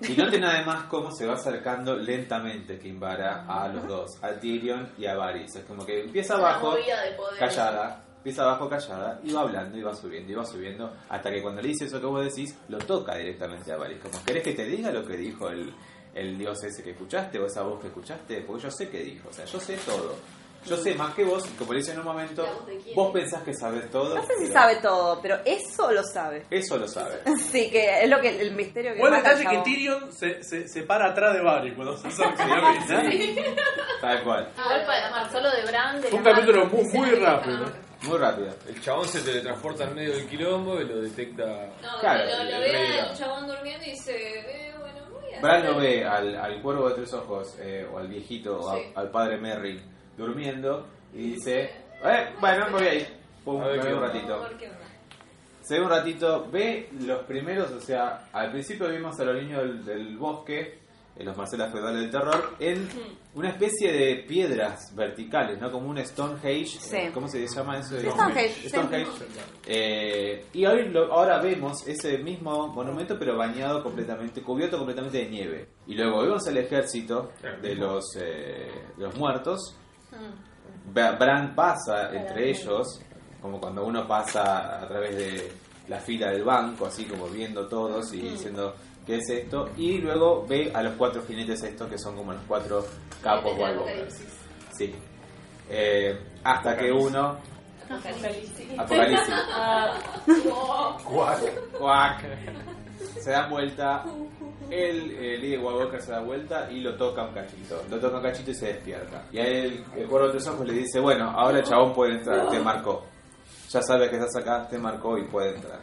Y noten además cómo se va acercando lentamente Kimbara a los dos, a Tyrion y a Varys. Es como que empieza
Una
abajo,
movida de poder.
callada, empieza abajo callada, y va hablando, y va subiendo, y va subiendo, hasta que cuando le dice eso que vos decís, lo toca directamente a Varys. Como, ¿querés que te diga lo que dijo el, el dios ese que escuchaste o esa voz que escuchaste? Porque yo sé qué dijo, o sea, yo sé todo. Yo sé más que vos, y como le dice en un momento,
¿La voz de quién?
vos pensás que sabes todo.
No sé si
pero
sabe todo, pero eso lo sabe.
Eso lo sabe.
Sí, que es lo que el misterio que
Buen
mata al
detalle que
chabón.
Tyrion se, se, se para atrás de Barry cuando se acerca a la mesa.
Tal cual.
Igual para solo de Bran. de
Fue un
la
capítulo
marca,
muy-
dice
muy
la marca,
rápido.
¿no?
Ah,
Muy rápido.
El chabón se teletransporta al medio del quilombo y lo detecta.
No,
Claro,
lo, lo
el
ve
rey
al
Bran.
chabón durmiendo y dice, eh, bueno, voy a...
Bran lo
hacer-
ve al, al cuervo de tres ojos, eh, o al viejito, o a-
Sí.
al padre Merry, durmiendo, y dice, eh, bueno, me voy a ir. Pum,
A ver
me
qué
ve un
onda.
ratito.
¿Por qué
[LAUGHS]
no?
Se ve un ratito, ve los primeros, o sea, al principio vimos a los niños del, del bosque, en los Marcelas Feudales del Terror, en
Hmm.
una especie de piedras verticales, ¿no? Como un Stonehenge,
Sí.
eh, ¿cómo se llama eso?
Stonehenge, sí.
Stonehenge. Eh, y hoy lo- ahora vemos ese mismo monumento, pero bañado completamente, cubierto completamente de nieve. Y luego vemos el ejército de los, eh, de los muertos. Ba- Bran pasa entre ellos, como cuando uno pasa a través de la fila del banco, así como viendo todos y diciendo qué es esto. Y luego ve a los cuatro jinetes estos que son como los cuatro capos o algo. Sí. Eh, hasta que uno. Apocalipsis. Cuac. Cuac. Se da vuelta. El, eh, líder White Walker se da vuelta y lo toca un cachito. Lo toca un cachito y se despierta. Y ahí el, el cuervo de los ojos le dice: Bueno, ahora el chabón puede entrar. Te marcó. Ya sabes que estás acá, te marcó y puede entrar.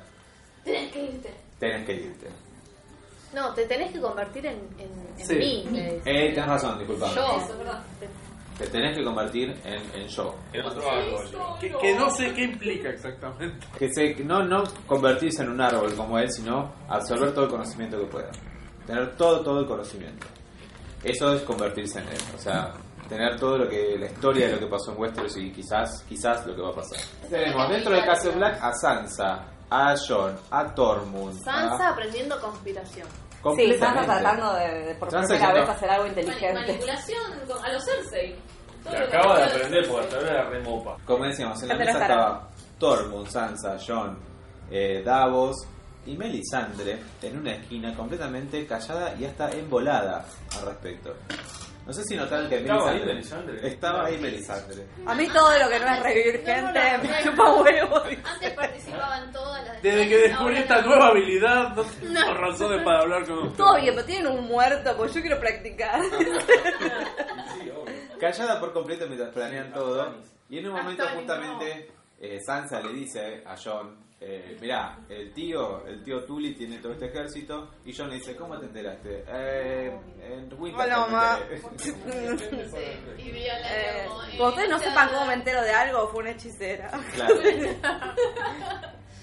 Tenés que irte.
Tenés que irte.
No, te tenés que convertir en, en, en
Sí.
mí. [LAUGHS] le decía.
Eh, tenés razón, disculpame.
Yo.
Eso, perdón.
Te tenés que convertir en, en yo.
El otro árbol.
Que, que no sé qué implica exactamente.
Que se, no, no convertirse en un árbol como él, sino absorber todo el conocimiento que pueda. Tener todo, todo el conocimiento. Eso es convertirse en él. O sea, tener todo lo que, la historia de lo que pasó en Westeros y quizás, quizás lo que va a pasar. Tenemos dentro de Castle Black a Sansa, a Jon, a Tormund.
Sansa
a-
aprendiendo conspiración.
Sí,
completamente.
Sansa tratando de, de por
Sansa
primera
yendo-
vez hacer algo
Mani-
inteligente.
Manipulación con- a los Cersei. Todo
Te
lo que
acaba de
pasó en
aprender porque
Cersei.
hasta ahora era remopa.
Como decíamos, en la
Ya te
mesa
lo estará.
estaba Tormund, Sansa, John, eh, Davos y Melisandre en una esquina completamente callada y hasta embolada al respecto. No sé si notaron que
¿Estaba ahí
Melisandre,
Melisandre?
estaba ahí Melisandre.
A mí todo lo que no es revivir gente me chupa huevo.
Antes participaban todas las...
Desde que descubrí esta nueva habilidad, no tengo razones para hablar con usted. [LAUGHS]
Todo bien, pero tienen un muerto, pues yo quiero practicar.
Callada por completo mientras planean todo. Y en un momento justamente eh, Sansa le dice a John, eh, mirá, el tío, el tío Tuli tiene todo este ejército y John le dice, ¿cómo te enteraste? Eh, en Winter
Hola, mamá.
Y Viola
Eh,
como, eh,
como ustedes no
se
sepan
habla-
cómo me entero de algo, fue una hechicera. [LAUGHS]
Claro.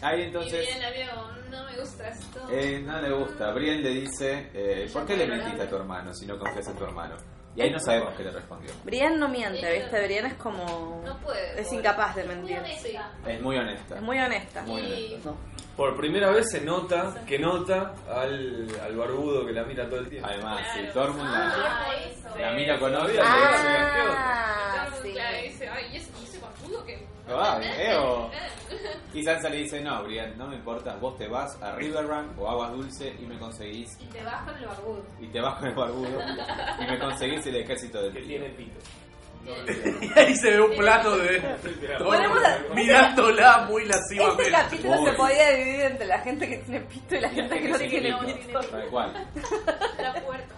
Ahí
Y
entonces,
Viola vio como, no me gusta esto.
eh, no le gusta. Brian le dice, eh, ¿por qué le mentiste a tu hermano si no confías en tu hermano? Y ahí no sabemos qué le respondió.
Brian no miente, ¿viste? Brian es como...
No puede.
Es
pobre.
incapaz de
Muy
mentir.
honesta.
Es muy honesta.
Es muy honesta.
Muy honesta.
Por primera vez se nota que nota al, al barbudo que la mira todo el tiempo.
Además, si Tormund la,
Ah, eso.
la mira con odio,
Ah,
Claro,
sí.
claro, dice, ay, ¿y ese, y ese barbudo que...?
Ah,
[LAUGHS]
eo. Y Sansa le dice, no, Brian, no me importas, vos te vas a Riverrun o Aguas Dulce y me conseguís,
Y te vas con el barbudo.
y te vas con el barbudo, y me conseguís el ejército del
Que
tío.
tiene pito.
Y ahí se ve un plato de.
Ponemos a-
Mirándola muy
Este
lascivamente.
capítulo
Uy.
se podía dividir entre la gente que tiene pito y la
Y la
gente [LAUGHS] que no tiene
pito.
pito.
Tal cual.
La puerta.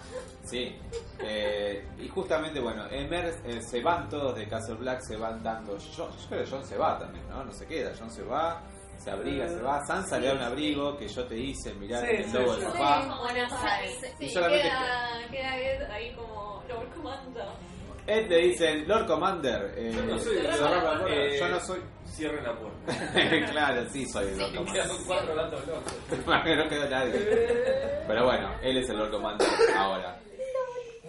Sí. Eh, y justamente, bueno, Emer eh, se van todos de Castle Black, se van dando. John, yo creo que John se va también, ¿no? No se queda, John se va, se abriga, se va. Sansa le da un abrigo que yo te hice, mirá
Sí,
en el
sí,
lobo
sí.
de
Sí.
papá.
Buenas tardes.
Sí,
Y
sí,
solamente
queda, queda Ed ahí como Lord Comando.
Ed le dice, Lord Commander, eh,
Yo no soy el
cerrame
Lord
la puerta".
Commander.
yo no soy. [LAUGHS]
Cierren la puerta.
claro, sí soy el Lord
Mira,
Commander.
son cuatro gatos locos.
[LAUGHS] no quedó nadie. Pero bueno, él es el Lord Commander ahora.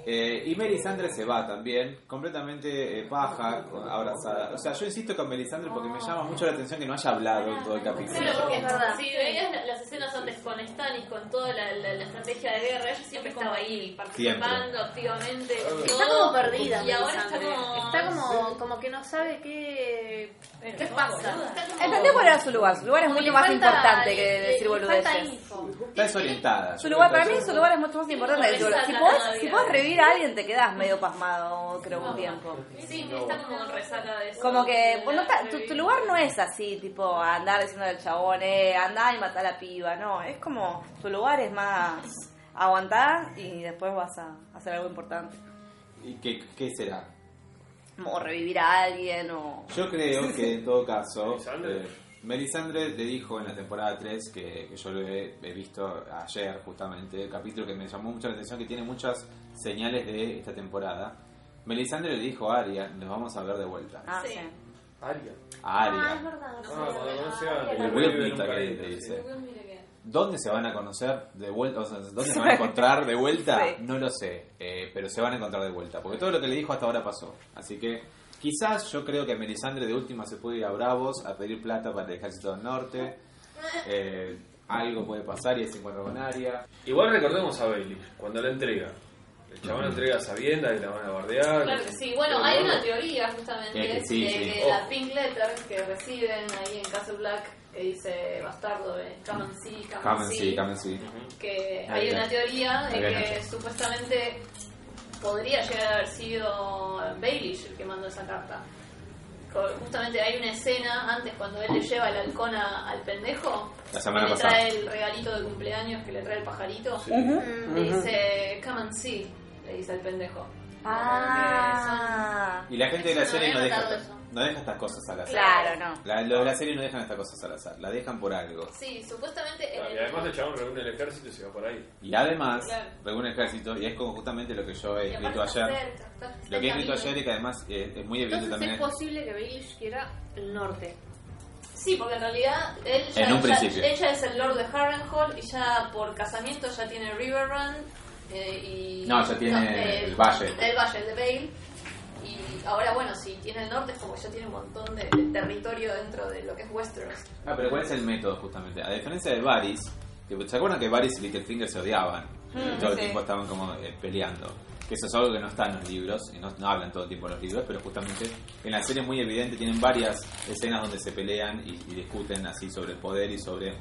Eh, y Melisandre se va también, completamente eh, paja, con- abrazada. O sea, yo insisto con Melisandre porque me llama mucho la atención que no haya hablado en todo el capítulo.
Claro, porque
Es verdad.
si veías la- las escenas antes con Stannis, con toda la, la- la estrategia de guerra, ella siempre estaba ahí participando activamente.
Está como perdida.
Y ahora está
Melisandre.
como.
Está como, como que no sabe qué, qué pasa.
Está como-
Entendés cuál era su lugar. Su lugar es mucho
Le
más
falta-
importante que
le-
decir
le falta
boludeces.
info.
Está desorientada.
Su lugar, para mí su lugar es mucho más importante que tu lugar. Si
Resaca
podés,
todavía.
si podés revivir a alguien te quedás medio pasmado, creo, un tiempo.
Sí, está como resaca de eso.
Como que vos no
está
estás- tu, tu lugar no es así, tipo andar diciendo al chabón, eh, andá y matá a la piba, no, es como tu lugar es más aguantar y después vas a hacer algo importante.
¿Y qué, qué será?
O revivir a alguien o...
Yo creo que en todo caso,
Melisandre.
eh, Melisandre le dijo en la temporada 3, que, que yo lo he, he visto ayer justamente, el capítulo que me llamó mucho la atención, que tiene muchas señales de esta temporada. Melisandre le dijo a Aria, nos vamos a ver de vuelta.
Ah,
Sí.
sí.
Aria.
A
Ah, es
Aria.
verdad.
No, cuando conoce a
Le voy a pintar que le dice. ¿Dónde se van a conocer de vuelta? O sea, ¿Dónde se van a encontrar de vuelta?
Sí.
No lo sé, eh, pero se van a encontrar de vuelta. Porque todo lo que le dijo hasta ahora pasó. Así que quizás yo creo que Melisandre de última se puede ir a Bravos a pedir plata para el ejército del norte. Eh, algo puede pasar y ahí se encuentra con Aria.
Igual recordemos a Bailey, cuando la entrega. El chabón entrega sabiendas y la van a bardear.
Claro que sí. Bueno, hay una teoría justamente
Eh, que sí,
de
sí.
que la pink letter que reciben ahí en Castle Black, que dice bastardo, eh, come and see, come, and
Camen
see,
sí, Camen sí.
que
Ahí
hay
está.
una teoría de
Ahí
que
ganaste.
supuestamente podría llegar a haber sido Baelish el que mandó esa carta. Co- Justamente hay una escena antes cuando él le lleva el halcón a- al pendejo,
La semana
que le
pasada.
trae el regalito de cumpleaños que le trae el pajarito, le dice, come and see, le dice al pendejo.
Ah,
Y la gente de la
Eso no
serie no
había
deja,
notado
esta- no deja estas cosas al azar.
claro, no.
La- lo de la serie no dejan estas cosas al azar, la dejan por algo.
Sí, supuestamente en
Y
el-
además el chabón reúne el ejército y se va por ahí.
Y además,
Claro.
reúne el ejército, y es como justamente lo que yo he
y
escrito
aparte está
ayer.
cerca, está- está
Lo que he
en
escrito
camino.
ayer y que además eh, es, muy evidente
Entonces
también
es posible que Baelish quiera el norte.
Sí, porque en realidad él ya,
En
ya-
un principio.
ella es el Lord de Harrenhal y ya por casamiento ya tiene Riverrun eh, y...
No, ya tiene
eh,
el valle.
El valle, el de Vale. Y ahora, bueno, si tiene el norte es como que ya tiene un montón de, de territorio dentro de lo que es Westeros.
Ah, pero ¿cuál es el método justamente? A diferencia de Varys, que, ¿se acuerdan que Varys y Littlefinger se odiaban?
Mm,
y todo el
sí.
tiempo estaban como eh, peleando. Que eso es algo que no está en los libros, y no, no hablan todo el tiempo en los libros, pero justamente en la serie es muy evidente, tienen varias escenas donde se pelean y, y discuten así sobre el poder y sobre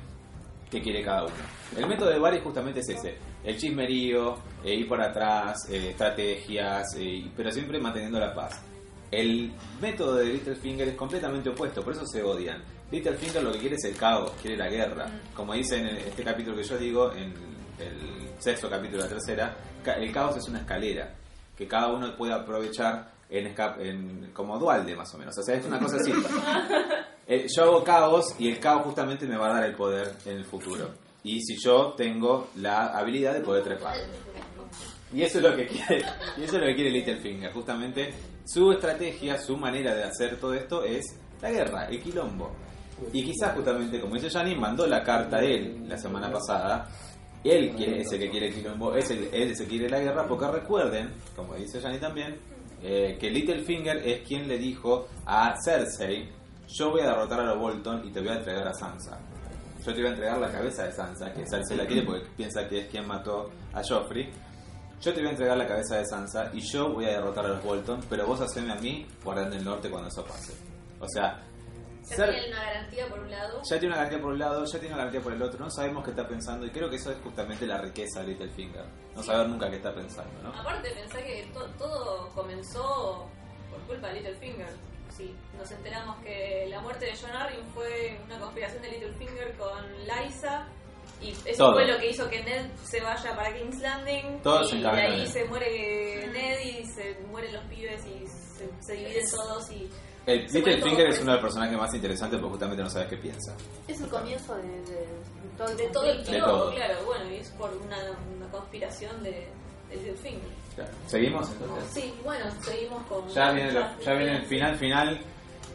qué quiere cada uno. El método de Varys justamente es ese, el chismerío, eh, ir por atrás, eh, estrategias, eh, y- pero siempre manteniendo la paz. El método de Littlefinger es completamente opuesto, por eso se odian. Littlefinger lo que quiere es el caos, quiere la guerra. Como dice en el- este capítulo que yo digo, en el sexto capítulo de la tercera, ca- el caos es una escalera que cada uno puede aprovechar en, esca- en- como dualde más o menos. O sea, es una cosa así. eh, yo hago caos y el caos justamente me va a dar el poder en el futuro. Y si yo tengo la habilidad de poder trepar. Y eso es lo que quiere, y eso es lo que quiere Littlefinger, justamente su estrategia, su manera de hacer todo esto es la guerra, el quilombo. Y quizás justamente como dice Janine, mandó la carta él la semana pasada. Él quiere, es el que quiere el quilombo, es el, él es el que quiere la guerra, porque recuerden, como dice Janine también, eh, que Littlefinger es quien le dijo a Cersei, yo voy a derrotar a los Bolton y te voy a entregar a Sansa. Yo te voy a entregar la cabeza de Sansa, que Cersei la quiere porque piensa que es quien mató a Joffrey. Yo te voy a entregar la cabeza de Sansa y yo voy a derrotar a los Bolton, pero vos haceme a mí guardando el norte cuando eso pase. O sea,
Ya
Cer-
tienen una garantía por un lado.
ya tiene una garantía por un lado, ya tiene una garantía por el otro, no sabemos qué está pensando y creo que eso es justamente la riqueza de Littlefinger, no saber nunca qué está pensando, ¿no?
Aparte, pensé que to- todo comenzó por culpa de Littlefinger. Sí, nos enteramos que la muerte de John Arryn fue una conspiración de Littlefinger con Lysa. Y eso
Todo.
fue lo que hizo que Ned se vaya para King's Landing.
Todo se
y de
encaminó
ahí
bien.
se muere Ned y se mueren los pibes y se, se dividen todos. y
El
Se
Littlefinger
pone
es
todo
uno de los personajes más interesantes porque justamente no sabes qué piensa.
Es el comienzo de, de- de todo el
De todo el
conflicto.
De
quilombo,
todo.
claro. Bueno, y es por una, una conspiración de, de Littlefinger.
Claro. ¿Seguimos entonces?
Sí, bueno, seguimos con...
Ya viene, lo- ya viene el final final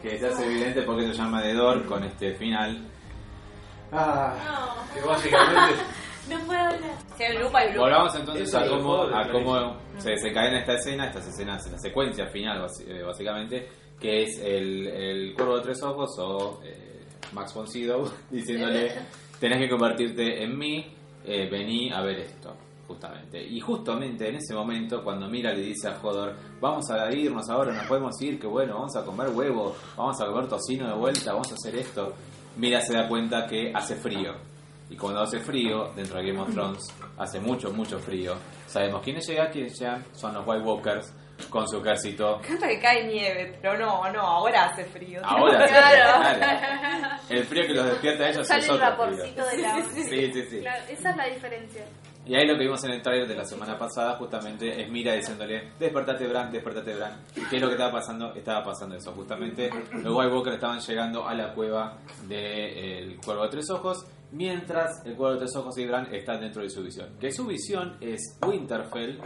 que se hace evidente porque se llama The Door con este final. Ah.
No,
Que básicamente
[LAUGHS]
no puedo hablar.
Que lupa y lupa.
Volvamos entonces
Eso
a
es lo
cómo,
mejor,
a
lo
cómo se desencadena esta escena, estas escenas, la secuencia final basi- eh, básicamente, que es el, el cuervo de tres ojos o eh, Max von Sydow [LAUGHS] diciéndole tenés que convertirte en mí, eh, vení a ver esto, justamente. Y justamente en ese momento, cuando Mira le dice a Jodor, vamos a irnos ahora, nos podemos ir, que bueno, vamos a comer huevo, vamos a comer tocino de vuelta, vamos a hacer esto, Mira se da cuenta que hace frío. Y cuando hace frío, dentro de Game of Thrones, hace mucho, mucho frío. Sabemos quiénes llegan, quiénes llegan, son los White Walkers con su ejército
Canta que cae nieve, pero no, no, ahora hace frío.
Ahora sí,
Claro.
claro. El frío que los despierta a ellos
Sale
es
el
otro frío.
vaporcito de la...
[LAUGHS] Sí, sí, sí.
Claro, esa es la diferencia.
Y ahí lo que vimos en el trailer de la semana pasada justamente es Mira diciéndole, despertate Bran, despertate Bran. ¿Y qué es lo que estaba pasando? Estaba pasando eso. Justamente los White Walkers estaban llegando a la cueva del eh, Cuervo de Tres Ojos, mientras el Cuervo de Tres Ojos y Bran están dentro de su visión. Que su visión es Winterfell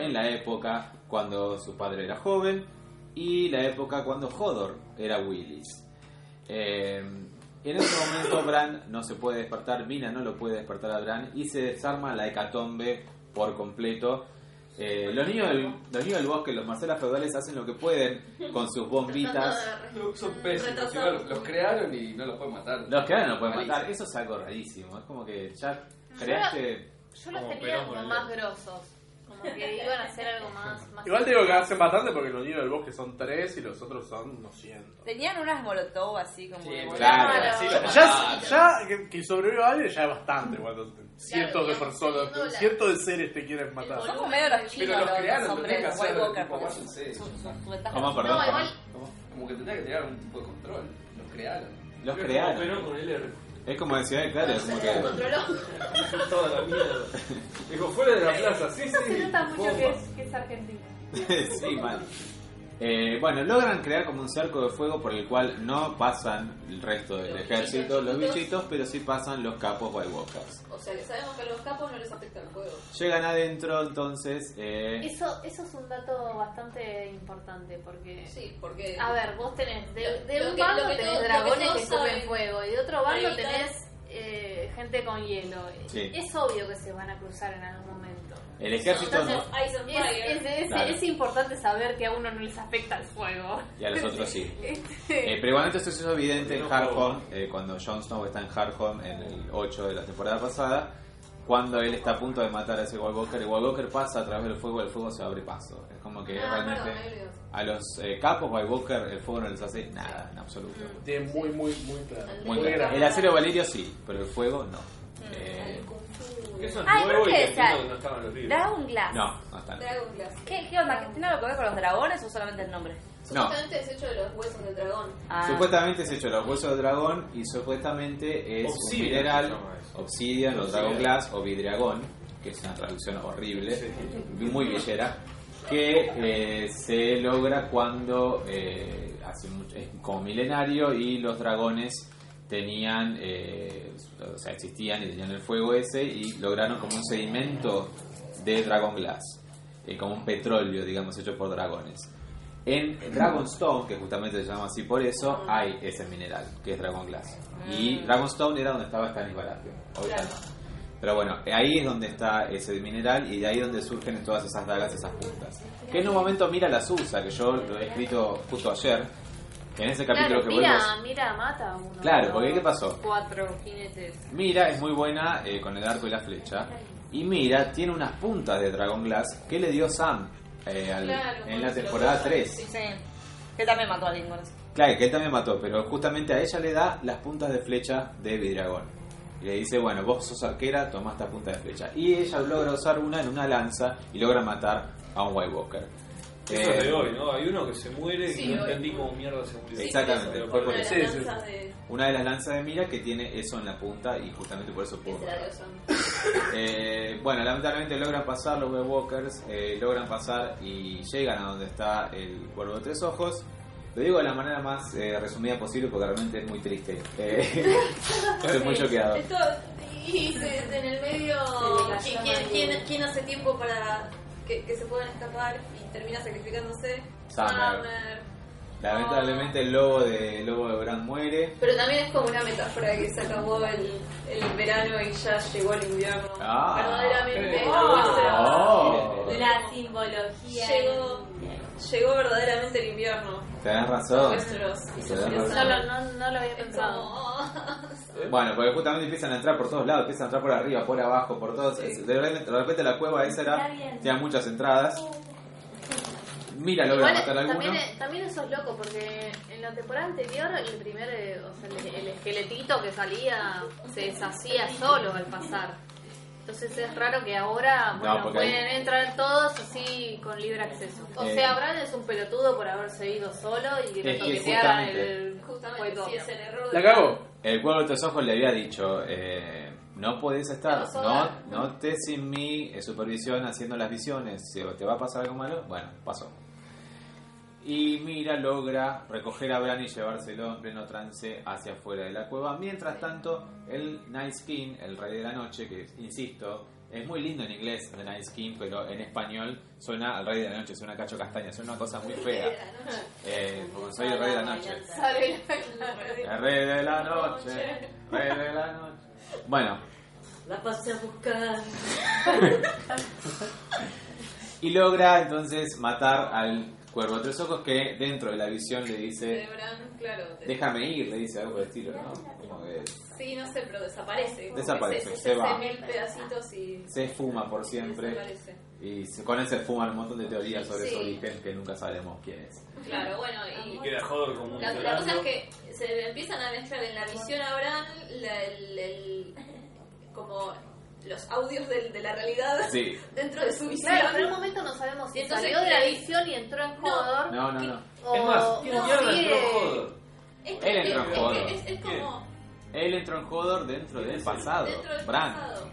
en la época cuando su padre era joven y la época cuando Hodor era Willis. Eh, en ese momento Bran no se puede despertar, Mina no lo puede despertar a Bran y se desarma la hecatombe por completo. Eh, los, niños del, los niños del bosque, los Marcelas feudales hacen lo que pueden con sus bombitas.
Son pésimos, si no, los crearon y no los pueden matar.
Los que ahora no lo pueden matar, eso es algo rarísimo. Es como que ya creaste.
Yo los
Como
tenía
Perón
como
con
más
el-
grosos. Como que iban a hacer algo más...
[LAUGHS]
más
Igual te digo que hacen bastante porque los niños del bosque son tres y los otros son unos
[LAUGHS]
cientos.
Tenían unas molotov así como.
Sí,
de-
Claro.
Claro.
Ya, ya que, que sobreviva alguien ya es bastante cuando cientos de
digamos,
personas,
no la-
cientos de seres te quieren matar.
Son como medio los chinos,
Pero los crearon,
los hombres,
tenían
los
que
White
hacer,
Walker. pues.
tipo,
porque
váyanse.
su- su- su ventaja-
¿Cómo, perdón?
No,
cómo?
igual-
Como que tendría que tener algún tipo de control. Los crearon.
Los
Pero
crearon.
con él
Es como decía, claro, es como que.
Controló.
[LAUGHS]
toda la mierda. Dijo, fuera de la plaza, sí,
Se
sí.
nota mucho que
bomba.
es, que es argentino.
[LAUGHS] sí, mal. Eh, bueno, logran crear como un cerco de fuego por el cual no pasan el resto del
Los
ejército,
bichitos
los
chiquitos.
bichitos, pero sí pasan los capos White Walkers.
O sea, que sabemos que a los capos no les afecta el juego.
Llegan adentro, entonces. Eh,
Eso, eso es un dato bastante importante porque...
Sí, porque...
A ver, vos tenés, de, de
Lo
un
que-
bando
lo que
tenés
todos- lo que
dragones
todos
que escupen
saben.
fuego y de otro bando
Para evitar-
tenés eh, gente con hielo.
Sí.
Es obvio que se van a cruzar en algún momento.
el ejército
Entonces,
no,
Ice and
Es,
Fire.
es- es-
Claro.
es importante saber que a uno no les afecta el fuego.
y a los otros sí.
este-
Eh, pero igualmente esto se hizo evidente en Hard Home, eh, cuando Jon Snow está en Hard Home en el 8 de la temporada pasada, cuando él está a punto de matar a ese White Walker, el White Walker pasa a través del fuego, el fuego se abre paso. Es como que
Ah,
Eh, realmente
perdón, ahí veo.
a los eh, capos White Walker el fuego no les hace nada, en absoluto.
Tiene muy, muy, muy claro.
Muy
Muy
bien.
grande.
El acero valerio sí, pero el fuego no. Eh,
Que Eso es
Ay,
nuevo
¿por
y
qué
que
esa?
no estaban los libros.
Dragon Glass.
no, no está.
Dragon Glass.
¿Qué, ¿Qué onda? ¿Tiene algo que ver con los dragones o solamente el nombre?
No.
Supuestamente es hecho de los huesos del dragón.
Ah.
Supuestamente es hecho de los huesos de dragón y supuestamente es
Obsidian,
un mineral,
se llama eso.
obsidian o
Obsidian.
dragon glass o vidriagón, que es una traducción horrible, muy villera. que eh, se logra cuando eh, hace mucho- es como milenario y los dragones tenían, eh, o sea, existían y tenían el fuego ese y lograron como un sedimento de Dragon Glass, eh, como un petróleo, digamos, hecho por dragones. En Dragonstone, que justamente se llama así por eso, hay ese mineral, que es Dragon Glass. Y Dragonstone era donde estaba Stannis Baratheon. hoy ya no. Pero bueno, ahí es donde está ese mineral y de ahí donde surgen todas esas dagas, esas puntas. Que en un momento Mira las usa, que yo lo he escrito justo ayer, que en ese capítulo
Claro,
que
mira,
vuelves...
mira, mata a uno.
Claro, porque ¿qué pasó?
Cuatro jinetes.
Mira es muy buena eh, con el arco y la flecha. Y Mira tiene unas puntas de Dragon Glass que le dio Sam eh, al-
Claro,
en la temporada 3.
Sí, que también mató a Lingor.
Claro, que él también mató, pero justamente a ella le da las puntas de flecha de Vidragón. Y le dice, bueno, vos sos arquera, tomá esta punta de flecha. Y ella logra usar una en una lanza y logra matar a un White Walker.
Eso
Eh,
es de hoy, ¿no? Hay uno que se muere
Sí,
y no
hoy.
entendí cómo mierda se murió.
Exactamente,
Pero
fue por
Una
eso.
de las danzas de...
Una de las lanzas de mira que tiene eso en la punta y justamente por eso
que
pudo
se la
matar.
dio Sam.
Eh, bueno, lamentablemente logran pasar los White Walkers, eh, logran pasar y llegan a donde está el cuervo de tres ojos. Lo digo de la manera más eh, resumida posible porque realmente es muy triste. Eh, [LAUGHS] estoy muy choqueado.
Esto, y se- en el medio,
Se le
¿quién,
cayó
quién-
Mario.
quién- quién hace tiempo para que, que se puedan escapar y termina sacrificándose?
Summer. Lamentablemente el lobo de el lobo de Bran muere.
Pero también es como una metáfora de que se acabó el, el verano y ya llegó el invierno.
Ah.
verdaderamente
Oh.
nuestra-
Oh.
la-
simbología.
llegó, llegó verdaderamente el invierno.
Tenés razón.
Nuestros y
Tenés
sufrió
razón.
No,
Summer.
lo- no, no lo había pensado.
Bueno, porque justamente empiezan a entrar por todos lados, empiezan a entrar por arriba, por abajo, por todos. es- De, repente- de repente la cueva esa era, tenía muchas entradas. Mira, logra
Igual,
matar a alguno.
también, eh, también eso es loco, porque en la temporada anterior el primer, eh, o sea, el, el esqueletito que salía se deshacía solo al pasar. Entonces es raro que ahora bueno,
porque
pueden
ahí-
entrar todos así con libre acceso. O
Eh.
sea, Bran es un pelotudo por haberse ido solo y que
Es
lo
que
toquetearan
justamente-
el
Justamente,
juego.
sí, es el error.
La
de-
cago.
El cuervo de tus ojos le había dicho, eh, no podés estar,
Te vas a ahogar.
no, no estés sin mi eh, supervisión haciendo las visiones, Si te va a pasar algo malo, bueno, pasó. Y Mira logra recoger a Bran y llevárselo en pleno trance hacia afuera de la cueva. Mientras tanto, el Night Skin, el rey de la noche, que insisto, es muy lindo en inglés The Night Skin, pero en español suena al rey de la noche, suena cacho castaña, suena una cosa muy
[LAUGHS]
fea. Eh, como soy el rey de la noche.
Sale la-
El rey de la noche, rey de la noche. Bueno,
La pasé a buscar.
y logra entonces matar al cuervo de tres ojos que dentro de la visión le
de
dice,
Bran, claro. de-
déjame ir, le dice algo por el estilo, ¿no? Como que
Sí, no sé, pero desaparece. Como que
Desaparece,
se,
se va.
hace mil pedacitos y
se esfuma por siempre
desaparece.
y se- con él se fuman un montón de teorías sobre
Sí.
su origen que nunca sabremos quién es.
Claro, bueno, y
Y queda Hodor como un
la, la cosa es
llorando.
que se empiezan a mezclar en la visión a Bran la- el- el- como los audios del- de la realidad
Sí.
dentro de su visión.
Claro, pero en un momento no sabemos si
Y entonces
salió de la
que-
visión y entró en Hodor.
No, no, no.
o-
Es más, ¿quién
no,
mierda
sigue-
entró Hodor?
Es
Él entró en Hodor.
Es, es como
Él entró en Hodor dentro del pasado.
dentro del
Bran.
pasado.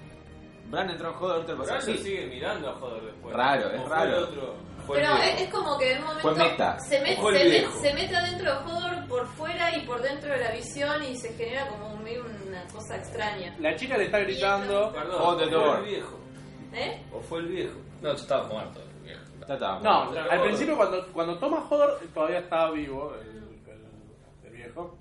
Bran entró en Hodor dentro del
Bran
pasado.
se
Sí.
sigue mirando a Hodor después.
Raro, es
Como
raro.
fue el otro, fue el
Pero
viejo.
es, es como que en un momento
Fue Meta.
se, met-
Fue el
se met-
viejo.
se mete adentro de Hodor por fuera y por dentro de la visión y se genera como un- medio una cosa extraña.
La chica le está gritando.
Perdón,
Hold the
fue
door.
el viejo.
¿Eh?
¿O fue el viejo?
No, estaba muerto.
Ya está.
No, al principio cuando, cuando toma Hodor todavía estaba vivo el, el- el viejo.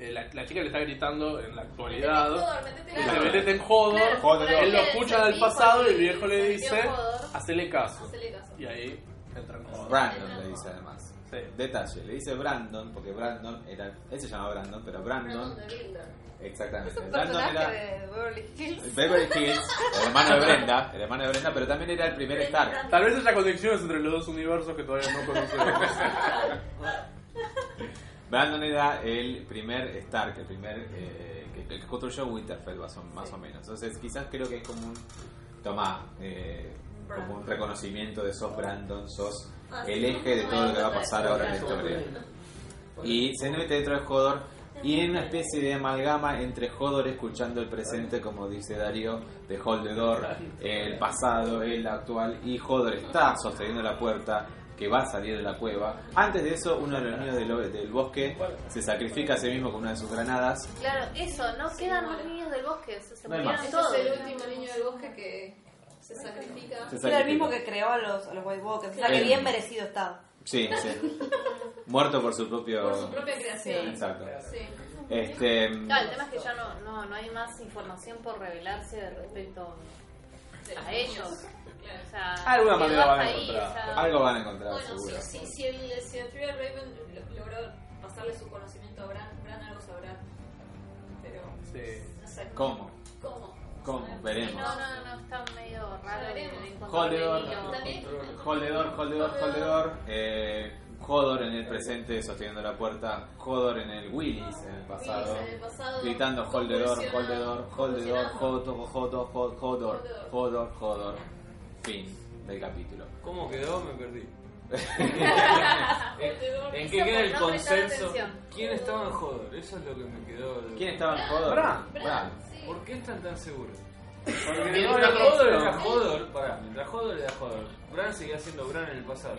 Eh, la, la chica le está gritando en la actualidad.
Metete
Y
en
se
Hodor,
mete en Hodor.
Claro,
Hodor.
Él lo
porque
escucha
el
del pasado y el viejo
se
le
metió
dice,
Hodor.
hacele caso.
hacele caso.
Y ahí entra en Hodor.
Brandon le dice además.
Sí.
Detalle, le dice Brandon porque Brandon era. Él se llamaba Brandon, pero Brandon.
Brandon de Grindr.
Exactamente. Brandon era.
Personaje de Beverly Hills.
Beverly Hills, el hermano de Brenda, el hermano de Brenda, pero también era el primer Stark.
Tal vez haya conexiones entre los dos universos que todavía no conocemos. [LAUGHS]
Brandon era el primer Stark, el primer eh, que, el que construyó Winterfell más o, más o menos. Entonces quizás creo que es como un tomá, eh, como un reconocimiento de sos Brandon, sos
Ah,
el eje de todo lo que va a pasar ahora en la historia. Y se mete dentro de Hodor y en una especie de amalgama entre Hodor escuchando el presente, como dice Darío, de Hold the Door, el pasado, el actual, y Hodor está sosteniendo la puerta que va a salir de la cueva. Antes de eso, uno de los niños del, o- del bosque se sacrifica a sí mismo con una de sus granadas.
Claro, eso, no quedan los niños del bosque, se, se
No hay
murieron
más.
Este
todos.
es el último niño del bosque que se sacrifica.
Se
Era el mismo
sacrifica.
que creó a los, a los White Walkers. O sea,
Eh.
que bien merecido estaba.
Sí, sí. Muerto por su propio...
Por su propia creación.
Exacto.
Sí.
Este,
Claro, el tema es que ya no, no, no hay más información por revelarse de respecto a ellos. O sea,
Alguna
quedó
manera van a
hasta ahí
encontrar.
esa-
algo van a encontrar,
Bueno,
seguro.
si, si, si, el, si el Trigger Raven lo- logró pasarle su conocimiento a Bran, Bran algo sabrá. Pero.
Sí.
No sé.
¿Cómo?
¿Cómo?
¿Cómo?
No sé.
Veremos.
No, no, no, está medio raro. el encuentro
Jodedor,
del niño.
También.
Holdedor, holdedor, holdedor. Eh, Hodor en el presente sosteniendo la puerta. Hodor en el Willis en el pasado.
Willis en el pasado,
Gritando holdedor, holdedor, holdedor,
convulsionando.
Joto, Joto, Jod- Hodor,
Hodor.
Hodor, Hodor. Fin del capítulo.
¿Cómo quedó? Me perdí.
Jodedor.
¿En qué
Eso
queda
por
el
no prestar
consenso?
atención.
¿Quién estaba en Jodor? Eso es lo que me quedó. de-
¿Quién estaba en Hodor?
Bran.
Bran.
Sí.
¿Por qué están tan seguros? Porque
Tiene
mientras
un
Jodor
rostro.
era Jodor, pará, mientras Jodor era Jodor, Bran seguía siendo Bran en el pasado.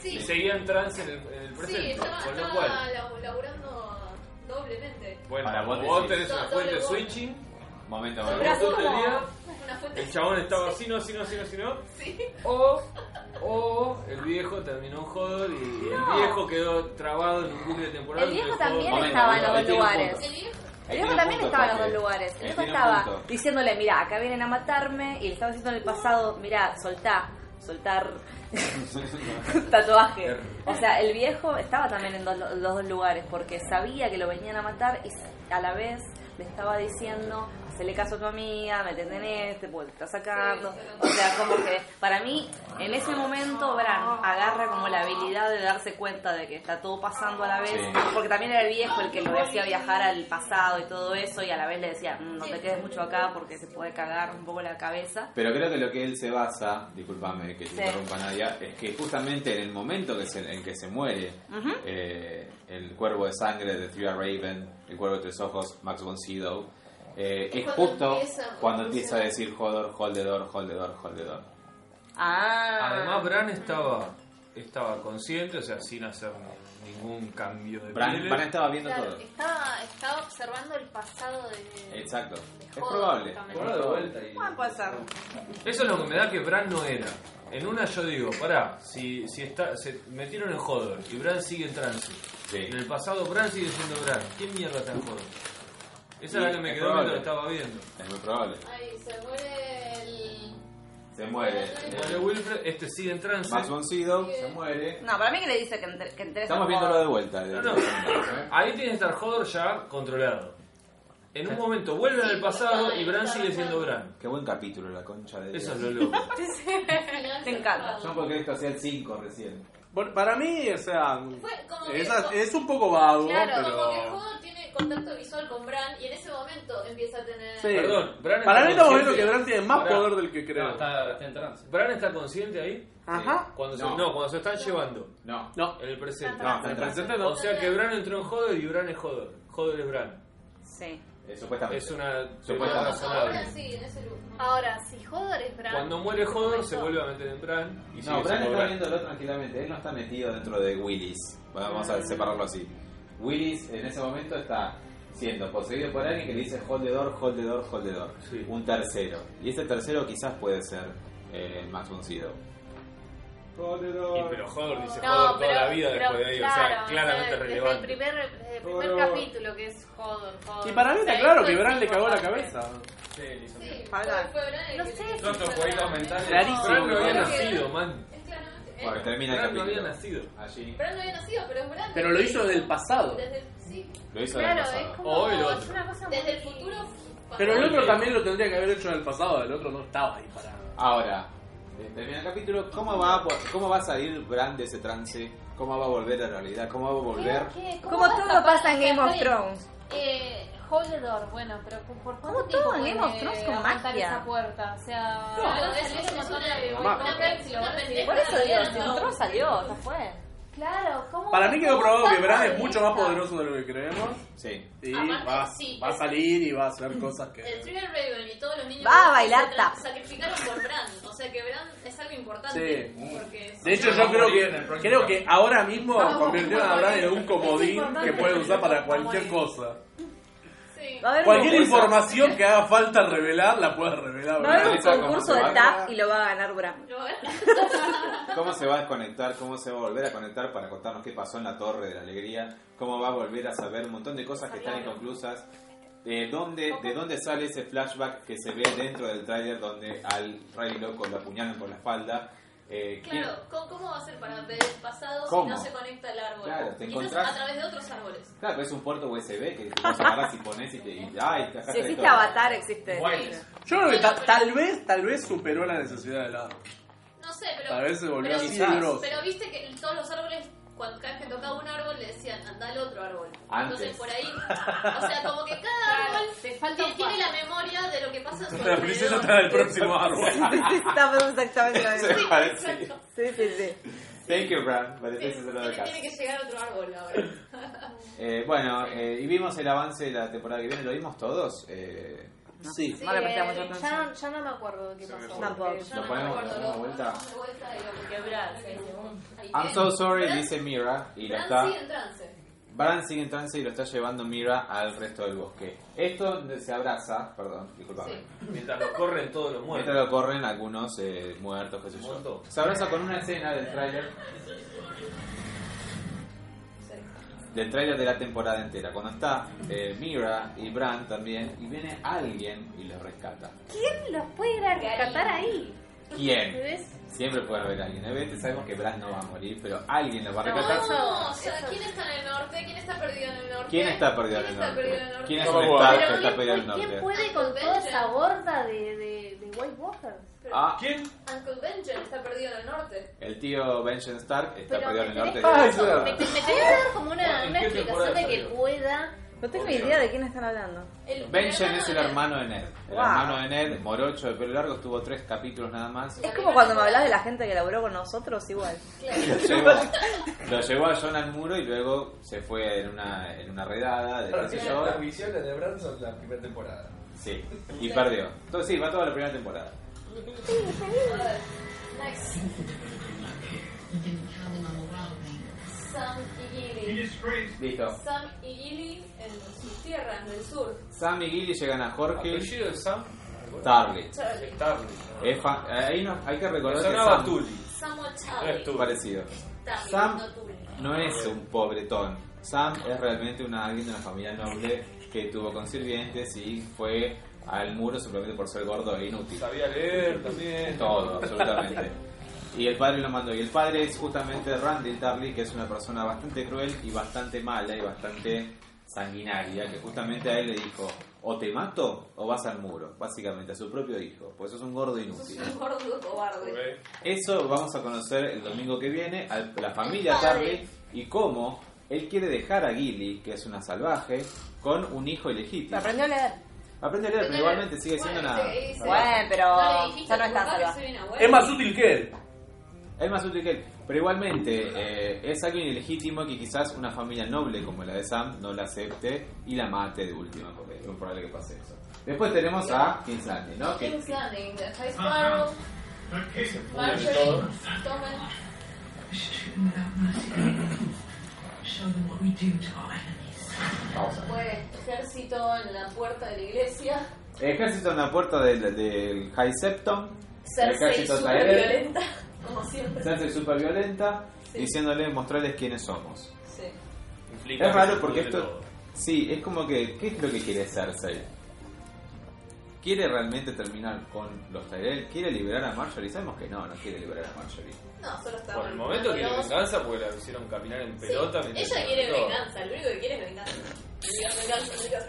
Sí.
Y seguía en trance en el, en el
Sí,
presente.
estaba,
con lo
estaba
cual,
lab- laburando doblemente.
bueno,
Para vos
como vos
decís.
tenés una
Doble
fuente de
voz.
switching,
Momento,
como
momento.
vos todo el día,
Una fuente
el chabón estaba así, no, así, no, así, no, así, no.
Sí.
O, o el viejo terminó en Jodor y el viejo quedó trabado en un bucle temporal.
El viejo
entre Jodor-
también
Momento,
estaba
momento,
en los
ahí
dos
tiene un
lugares.
punto.
El viejo.
El
Ahí
viejo
tiene
también
un punto,
estaba en los
porque-
dos lugares. El
ahí
viejo
tiene un
estaba
punto.
diciéndole, mirá, acá vienen a matarme. Y le estaba diciendo en el pasado, mirá, soltá, soltar [LAUGHS] tatuaje. O sea, el viejo estaba también en dos- los dos lugares porque sabía que lo venían a matar y a la vez le estaba diciendo, hacele caso a tu amiga, metete en este, porque te está sacando. O sea, como que para mí, en ese momento, Bran agarra como la habilidad de darse cuenta de que está todo pasando a la vez,
Sí.
porque también era el viejo el que lo hacía viajar al pasado y todo eso, y a la vez le decía, "Mm, no te quedes mucho acá porque se puede cagar un poco la cabeza.
Pero creo que lo que él se basa, discúlpame que te
Sí.
interrumpa Nadia, es que justamente en el momento que se- en que se muere
Ujú.
eh, el cuervo de sangre de Three Raven, el cuervo de tres ojos, Max von Sydow, eh, es
cuando
justo
empieza a
cuando
convulsionar.
empieza a decir Hodor, Holdedor, Holdedor, Holdedor.
Ah,
Además, Bran estaba, estaba consciente, o sea, sin hacer ningún cambio de
Bran,
pieles.
Bran estaba viendo
Claro,
todo.
estaba, estaba observando el pasado de.
Exacto. Es
Hodor,
probable.
justamente.
Ponlo de vuelta y-
Bueno, puede ser.
Eso es lo que me da que Bran no era. En una yo digo, pará, si, si está, se metieron en Hodor y Bran sigue en trance.
Sí.
En el pasado Bran sigue siendo Bran. ¿Quién mierda está en Hodor? Esa es la
Sí,
que me
es
quedó mientras
probable.
lo estaba viendo.
Es muy probable.
Ahí se muere el.
Se muere. eh,
Muere Wilfred, este sigue en trance.
Max von Sydow se muere.
no, para mí que le dice que entre, que entres
Estamos
a
viéndolo
Hodor.
de vuelta.
No, no. Ahí tiene que estar Hodor ya controlado. En un momento vuelve al pasado y Bran sigue siendo Bran.
Qué buen capítulo, la concha de Dios.
Eso es lo loco.
Te encanta.
Yo porque esto hacía el 5 recién.
Bueno, para mí, o sea,
Fue como que-
es, es un poco vago,
Claro,
Como que el
pero...
juego tiene contacto visual con Bran y en ese momento empieza a tener. Ah,
Sí.
Perdón, Bran
Para
está
mí estamos viendo
consciente.
que Bran tiene más
Pará.
poder del que creo.
está, está en trance.
¿Bran está consciente ahí?
Ajá.
Cuando
Eh, No.
Se, no, cuando se están llevando.
No.
No,
En el presente.
No, está en trance.
presente no.
O sea que Bran entró en Hodor y Bran es Hodor. Hodor es Bran.
Sí.
Eh, supuestamente.
Es una teoría
Supuestamente.
razonable.
Ahora sí, en ese lugar.
Ahora, si Hodor es Bran.
Cuando muere Hodor se vuelve a meter en Bran y sigue
No, Bran
siendo
está
Bran.
viéndolo tranquilamente, él no está metido dentro de Willis. Bueno, vamos a separarlo así. Willis en ese momento está siendo poseído por alguien que le dice hold the door, hold the door, hold the door.
Sí.
Un tercero. Y ese tercero quizás puede ser eh, Max von Sydow.
Y pero Hodor dice
No,
Hodor
pero-
toda la vida
pero
después de ahí. O
claro,
sea,
o
claramente
sea, Desde el
relevante.
primer, desde el primer
Hodor.
capítulo que es Hodor, Hodor.
Y para mí
O sea,
está claro
eso
que
es
Bran le cagó la
importante.
cabeza.
Sí, listo.
Sí, fue,
Paga.
fue Bran el
No
que-
sé.
Son estos jueguitos mentales.
Clarísimo.
Bran no había
Porque-
nacido, man.
Es claramente.
Eh,
él.
Bueno, termina el
Bran no había
capítulo.
nacido.
Allí.
Bran no había nacido, pero es Bran.
Pero lo hizo del pasado.
Desde el, sí,
Lo hizo
Claro,
el año
es
pasado.
como.
O el otro.
es una cosa
desde el
muy-
futuro.
Pero el otro
Sí.
también lo tendría que haber hecho en el pasado, el otro no estaba ahí para...
Ahora, eh, termina el capítulo. ¿Cómo va, a po- ¿Cómo va a salir Bran de ese trance? ¿Cómo va a volver a la realidad? ¿Cómo va a volver?
¿Qué? ¿Cómo
Como
vas
todo
a
pasa en
pagar
Game of
el-
Thrones.
Eh, Hodor, bueno, pero ¿por por cuánto
Como
tiempo
todo en Game of
puede
Thrones con
aguantar
magia.
esa puerta? O sea, eh,
No,
van a
es-
salir
es
un montón
una-
de-
una
Bueno,
práctica,
lo van a
una
hacer.
pendeja.
Por eso digo, si entró salió, ya fue.
Claro, ¿cómo?
Para mí quedó
cómo
probado que
tan
Bran es mucho más
realista?
poderoso de lo que creemos.
Sí.
Y
Aparte,
va,
sí,
va a
es-
salir y va a hacer cosas que.
El Trigger Raven y todos los niños
Va a
se
bailar
tra-
tap.
sacrificaron por Bran, o sea que Bran es algo importante.
Sí.
Porque si
De hecho,
no-
yo creo
en el
que,
próximo
creo que ahora mismo
Vamos,
convirtieron a Bran en un
es
comodín
importante.
que puede usar para cualquier
Vamos.
cosa.
Sí.
Va a haber
Cualquier
un,
información que haga falta revelar, la puedes revelar.
va a haber un
Bran.
Esa como se
concurso de
va.
tap y lo va a ganar Bran.
Lo-
¿Cómo se va a desconectar? ¿Cómo se va a volver a conectar para contarnos qué pasó en la Torre de la Alegría? ¿Cómo va a volver a saber un montón de cosas que están inconclusas? ¿De dónde, ¿De dónde sale ese flashback que se ve dentro del tráiler donde al rey loco lo apuñalan por la espalda? Eh, ¿quién-
Claro, ¿cómo, cómo va a ser para ver el pasado
¿Cómo?
si no se conecta el árbol?
Claro, te
Quizás
encontrás-
a través de otros árboles.
Claro, es un puerto USB que vos agarras y pones y te. Y, ¡Ay! te
Si
sacaste
existe
todo.
Avatar, existe.
Guayas.
[LAUGHS]
Yo creo que ta- tal vez, tal vez superó la necesidad del lado.
No sé, pero.
Tal vez se volvió
pero,
así
pero-
de grosso.
Pero viste que todos los árboles, cuando, cada vez que tocaba un árbol, le decían, anda al otro árbol.
Antes.
Entonces por ahí. O sea, como que cada árbol
Claro, te
tiene,
faltan
tiene la
cuatro.
memoria de lo que pasa en su
La princesa está
alrededor.
en el próximo árbol.
Está pasando exactamente lo
[LAUGHS] Se
mismo.
parece.
Exacto.
Sí, sí, sí.
Thank you, Bran. Parece que se lo
Tiene, tiene que llegar a otro árbol ahora.
eh, Bueno, eh, y vimos el avance de la temporada que viene, lo vimos todos. Eh,
Sí.
No le prestamos
eh,
atención.
ya, ya no me acuerdo de qué pasó.
Tampoco.
Eh,
lo
yo no-
ponemos, lo ponemos de vuelta.
Vamos de vuelta y lo quebrás, ahí se- ahí
I'm
tiene.
so sorry,
Bran-
dice Mira, y lo
Bran
está.
sigue en "Mm". trance.
Bran sigue en trance y lo está llevando Mira al resto del bosque. Esto se abraza, perdón, disculpame.
Sí.
Mientras lo corren todos los
Mientras
muertos.
lo corren algunos eh, muertos, qué sé yo.
Muertos.
Se abraza con una escena del tráiler. Del tráiler de la temporada entera, cuando está eh, Mira y Bran también, y viene alguien y los rescata.
¿Quién los puede ir a rescatar ahí?
¿Quién?
¿Ves?
Siempre puede haber alguien. Obviamente sabemos que Bran no va a morir, pero alguien lo va a rescatar.
No, o sea, ¿quién está en el norte? ¿Quién está perdido en el norte?
¿Quién está perdido en
¿Quién
el
está perdido en el
norte?
norte?
¿Quién es
Pero
un
¿quién
Stark que
Pero
está perdido en el
¿quién, ¿quién
norte?
puede con toda esa gorda de, de, de White Walkers?
Ah,
¿Quién?
Uncle Benjen está perdido en el norte.
el tío Benjen Stark está
Pero
perdido en
me
el norte.
tenés
de-
que dar- me, me tenés que dar como una,
¿En
una
qué
explicación de
temporada
que
salió?
pueda...
No tengo idea de quién están hablando.
El-
Benjen es el
de-
hermano de Ned. El
Wow.
hermano de Ned, morocho de pelo largo, estuvo tres capítulos nada
[LAUGHS]
más.
Es como cuando me hablas de la gente que laburó con nosotros, igual.
Lo llevó, lo llevó a John al muro y luego se fue en una, en una redada de qué sé yo.
Las visiones de Bran son la primera temporada.
Sí, y perdió. Entonces sí, va toda la primera temporada.
Next. Sam y Gilly.
Listo.
Sam y Gilly en sus tierras del sur.
Sam y Gilly llegan a
Ah,
Jorge
Apellido de Sam.
Tarly.
Charlie.
Tarly.
Es fa- ahí no- hay que
Me
recordar que
sonaba
Sam,
Tully.
Samuel
No es
Charlie.
Tully.
parecido.
Tarly,
Sam
no Tully.
no es un pobretón. Sam es realmente una alguien de una familia noble que tuvo con sirvientes y fue al muro simplemente por ser gordo e inútil.
Sabía leer también.
Todo, absolutamente. Y el padre lo mandó. Y el padre es justamente Randy Tarly, que es una persona bastante cruel y bastante mala y bastante sanguinaria, que justamente a él le dijo, o te mato o vas al muro, básicamente, a su propio hijo, pues sos un gordo inútil.
Sos un gordo cobarde.
Eso vamos a conocer el domingo que viene, a la familia Tarly y cómo él quiere dejar a Gilly, que es una salvaje, con un hijo ilegítimo.
Aprendió a leer.
Aprende a leer, pero igualmente sigue siendo
Bueno,
una...
sí, sí.
Bueno, pero
No le dijiste
ya no
a tu
es tan
papá que
salvaje.
soy una abuela.
Es más útil que él.
Es más útil que él. Pero igualmente eh, es alguien ilegítimo que quizás una familia noble como la de Sam no la acepte y la mate de última, porque es muy probable que pase eso. Después tenemos a King's Landing, ¿no? Que-
King's Landing, The High Sparrow, Marjorie, Thomas.
vamos a ver.
Fue ejército en la puerta de la iglesia.
Ejército en la puerta del, del High Septon. El
Cersei
ejército
súper
Tyrell.
violenta, como siempre.
Cersei súper violenta,
Sí.
diciéndole, mostrarles quiénes somos.
Sí.
Implica
Es raro
que
porque
puede
esto...
todo.
Sí, es como que... ¿Qué es lo que quiere Cersei? ¿Quiere realmente terminar con los Tyrell? ¿Quiere liberar a Marjorie? Sabemos que no, no quiere liberar a Marjorie. [LAUGHS]
No, solo está
Por el momento quiere
orgulloso.
venganza porque la hicieron caminar en pelota.
Sí,
mientras
Ella
se
quiere
mató.
venganza, lo único que quiere es venganza. Venganza, venganza,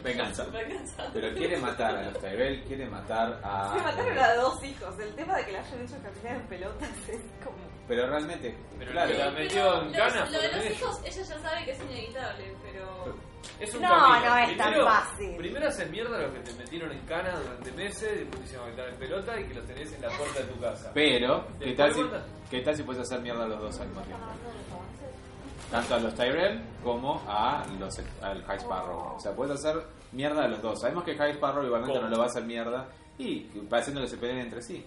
venganza. [LAUGHS]
Venganza.
Venganza.
Pero quiere matar a los Tyrell, quiere matar a.
Me mataron a dos hijos. El tema de que la hayan hecho caminar en pelotas es como.
Pero realmente,
Pero
claro.
que la metió en
Lo-
ganas.
Lo
por
de los
tener-
hijos, ella ya sabe que es inevitable, pero.
Es un
No,
camino.
no es tan fácil.
Primero hacer mierda a los que te metieron en cana durante meses, después te hicieron meter en pelota y que los tenés en la puerta de tu casa.
Pero, ¿qué
Después
tal, si,
vuelta.
¿qué tal si puedes hacer mierda a los dos al mismo tiempo? Tanto a los Tyrell como a los, al High Sparrow. O sea, puedes hacer mierda a los dos. Sabemos que High Sparrow igualmente
¿Cómo?
no lo va a hacer mierda y va haciendo que se peleen entre sí.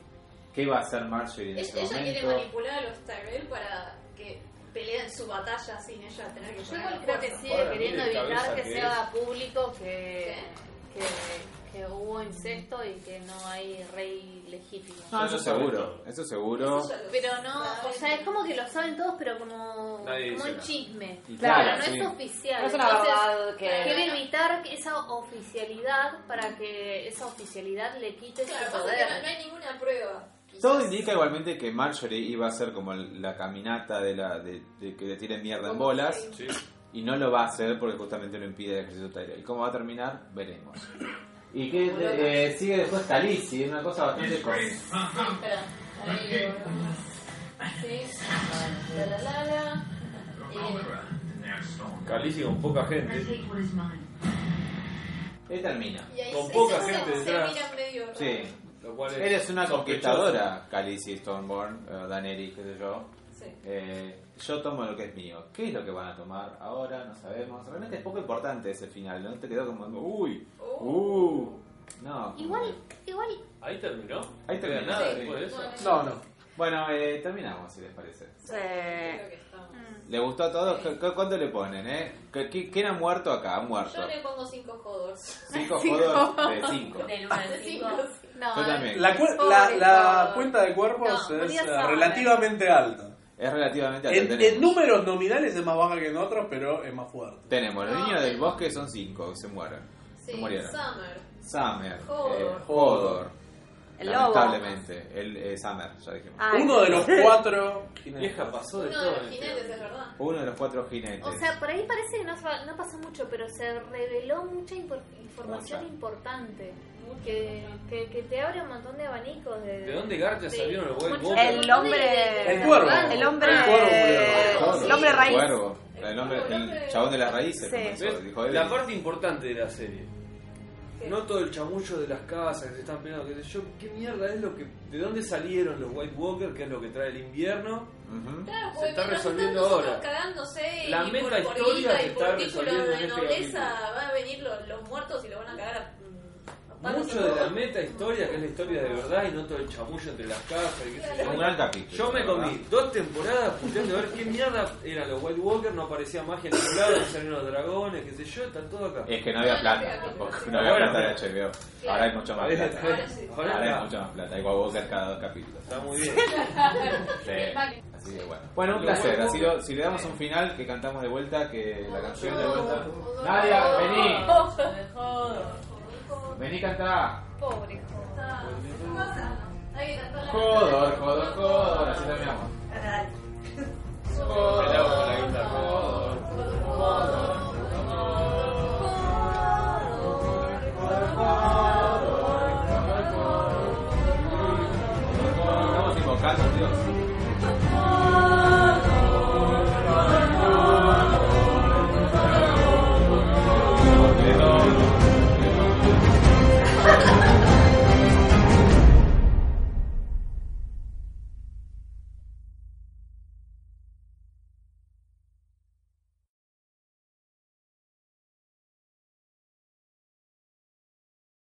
¿Qué va a hacer Marjorie en
Ella,
ese
ella quiere
momento?
manipular a los Tyrell para que peleen su batalla sin ella tener que
Yo
poner
igual
la
creo que
fuerza.
sigue
Ahora,
queriendo
mire,
evitar
cabeza
que
que
se
es.
haga público que, que, que hubo incesto y que no hay rey legítimo.
No, Ah, eso seguro, eso seguro.
Eso ya lo
Pero no,
sabe.
o sea, es como que lo saben todos, pero como,
Nadie dice
como un
nada.
chisme.
Y
Claro,
claro,
no
sí.
es oficial.
No es una
Entonces,
verdad que-
Quiere evitar esa oficialidad para que esa oficialidad le quite
Claro,
su
pasa que
poder.
no, no hay ninguna prueba. quizás.
Todo indica igualmente que Marjorie iba a ser como el- la caminata de, la, de, de que le tiren mierda en bolas.
Sí.
Y no lo va a hacer porque justamente lo impide el ejercicio Tyrell. ¿Cómo va a terminar? Veremos. Y que eh, sigue después Talisi, es una cosa bastante con-
Espera, ahí Sí. La la la la. Y viene.
Calicia con poca gente.
Él termina.
Eh, Y ahí
Con
se-
poca
se-
gente
se,
detrás.
miran medio raro.
Sí.
Lo cual es.
Él es una
sospechoso.
conquistadora, Khaleesi Stormborn, eh, Daenerys, qué sé yo.
Sí.
Eh, yo tomo lo que es mío. ¿Qué es lo que van a tomar ahora? No sabemos. Realmente es poco importante ese final, ¿no? Te quedó como... Uy, uh. No.
Igual, igual
Ahí terminó.
Ahí
No queda
terminó,
nada
sí.
después de eso.
No, no.
Bueno, eh, terminamos si les parece.
Sí.
Creo que estamos.
¿Le gustó a todos? ¿Cu- cu- ¿Cuánto le ponen, eh? ¿Qué- qué- ¿Quién ha muerto acá? Ha muerto.
Yo le pongo 5 jodors.
Cinco juegos de cinco.
Del 1 al 5.
no.
Yo también.
La, cu- la, la cuenta de cuerpos
No,
es
podía
eh,
saber.
relativamente alta.
Es relativamente alto.
En, en
tenemos
números nominales es más baja que en otros, pero es más fuerte.
tenemos los
No,
niños del
tenemos-
bosque son cinco, se mueren.
Sí,
se murieron.
Summer.
Summer,
Hodor.
eh, Hodor.
El
lamentablemente. El eh, Summer, ya dijimos.
Ah,
Uno de los [LAUGHS] cuatro.
Vieja pasó de
Uno de
todo.
los
en
jinetes,
este-
es verdad.
Uno de los cuatro jinetes.
O sea, por ahí parece que no, fa- no pasó mucho, pero se reveló mucha impor- información
Mucha.
importante. Que, que, que te abre un montón de abanicos. ¿De,
¿De dónde garca
Sí.
salieron los huevos?
Mucho-
El hombre.
El cuervo.
El hombre.
El cuervo,
Hodor,
El hombre raíz.
El, cuervo, el hombre, el chabón de las raíces.
Sí.
como eso
¿Ves?
dijo él.
La parte importante de la serie. No todo el chamullo de las casas que se están peleando, que yo, qué mierda es lo que. ¿De dónde salieron los White Walker? ¿Qué es lo que trae el invierno?
Ujú.
Claro,
Se
porque
está
mientras están
resolviendo
nosotros
ahora.
cagándose
La
y
meta
por, por
historia
guita
se
y
está
por títulos
resolviendo en
de
este
nobleza,
capítulo.
van a venir los, los muertos y lo van a cagar a. mm, a palos y
Mucho de
todo.
la meta historia, que es la historia de verdad, y no todo el chamullo entre las casas. Y qué sé yo.
Un gran capítulo.
Yo me
la verdad.
comí dos temporadas puteando a ver qué mierda eran los White Walker, no aparecía magia en ningún lado, no salieron los dragones, qué sé yo, está todo acá.
Es que no había
No, no
plata
había
tampoco.
plata.
No había
Ahora
plata de HBO. Ahora hay mucho más
Ahora
plata.
Ahora sí.
está- ahora
Ahora hay
está,
mucha más plata. Igual Walker cada dos capítulos.
está muy bien.
Sí. Así que bueno. Bueno, un placer. Ha sido, si le damos un final, que cantamos de vuelta, que la canción de vuelta. Nadia, vení. Vení, cantá.
Pobre Jodor. ¿Qué pasa? Ahí está toda la-
Jodor, jodor, jodor. Así terminamos.
Me lavo con la guitarra.
Jodor, jodor, jodor, jodor, jodor, jodor, jodor, jodor. Estamos invocando a Dios.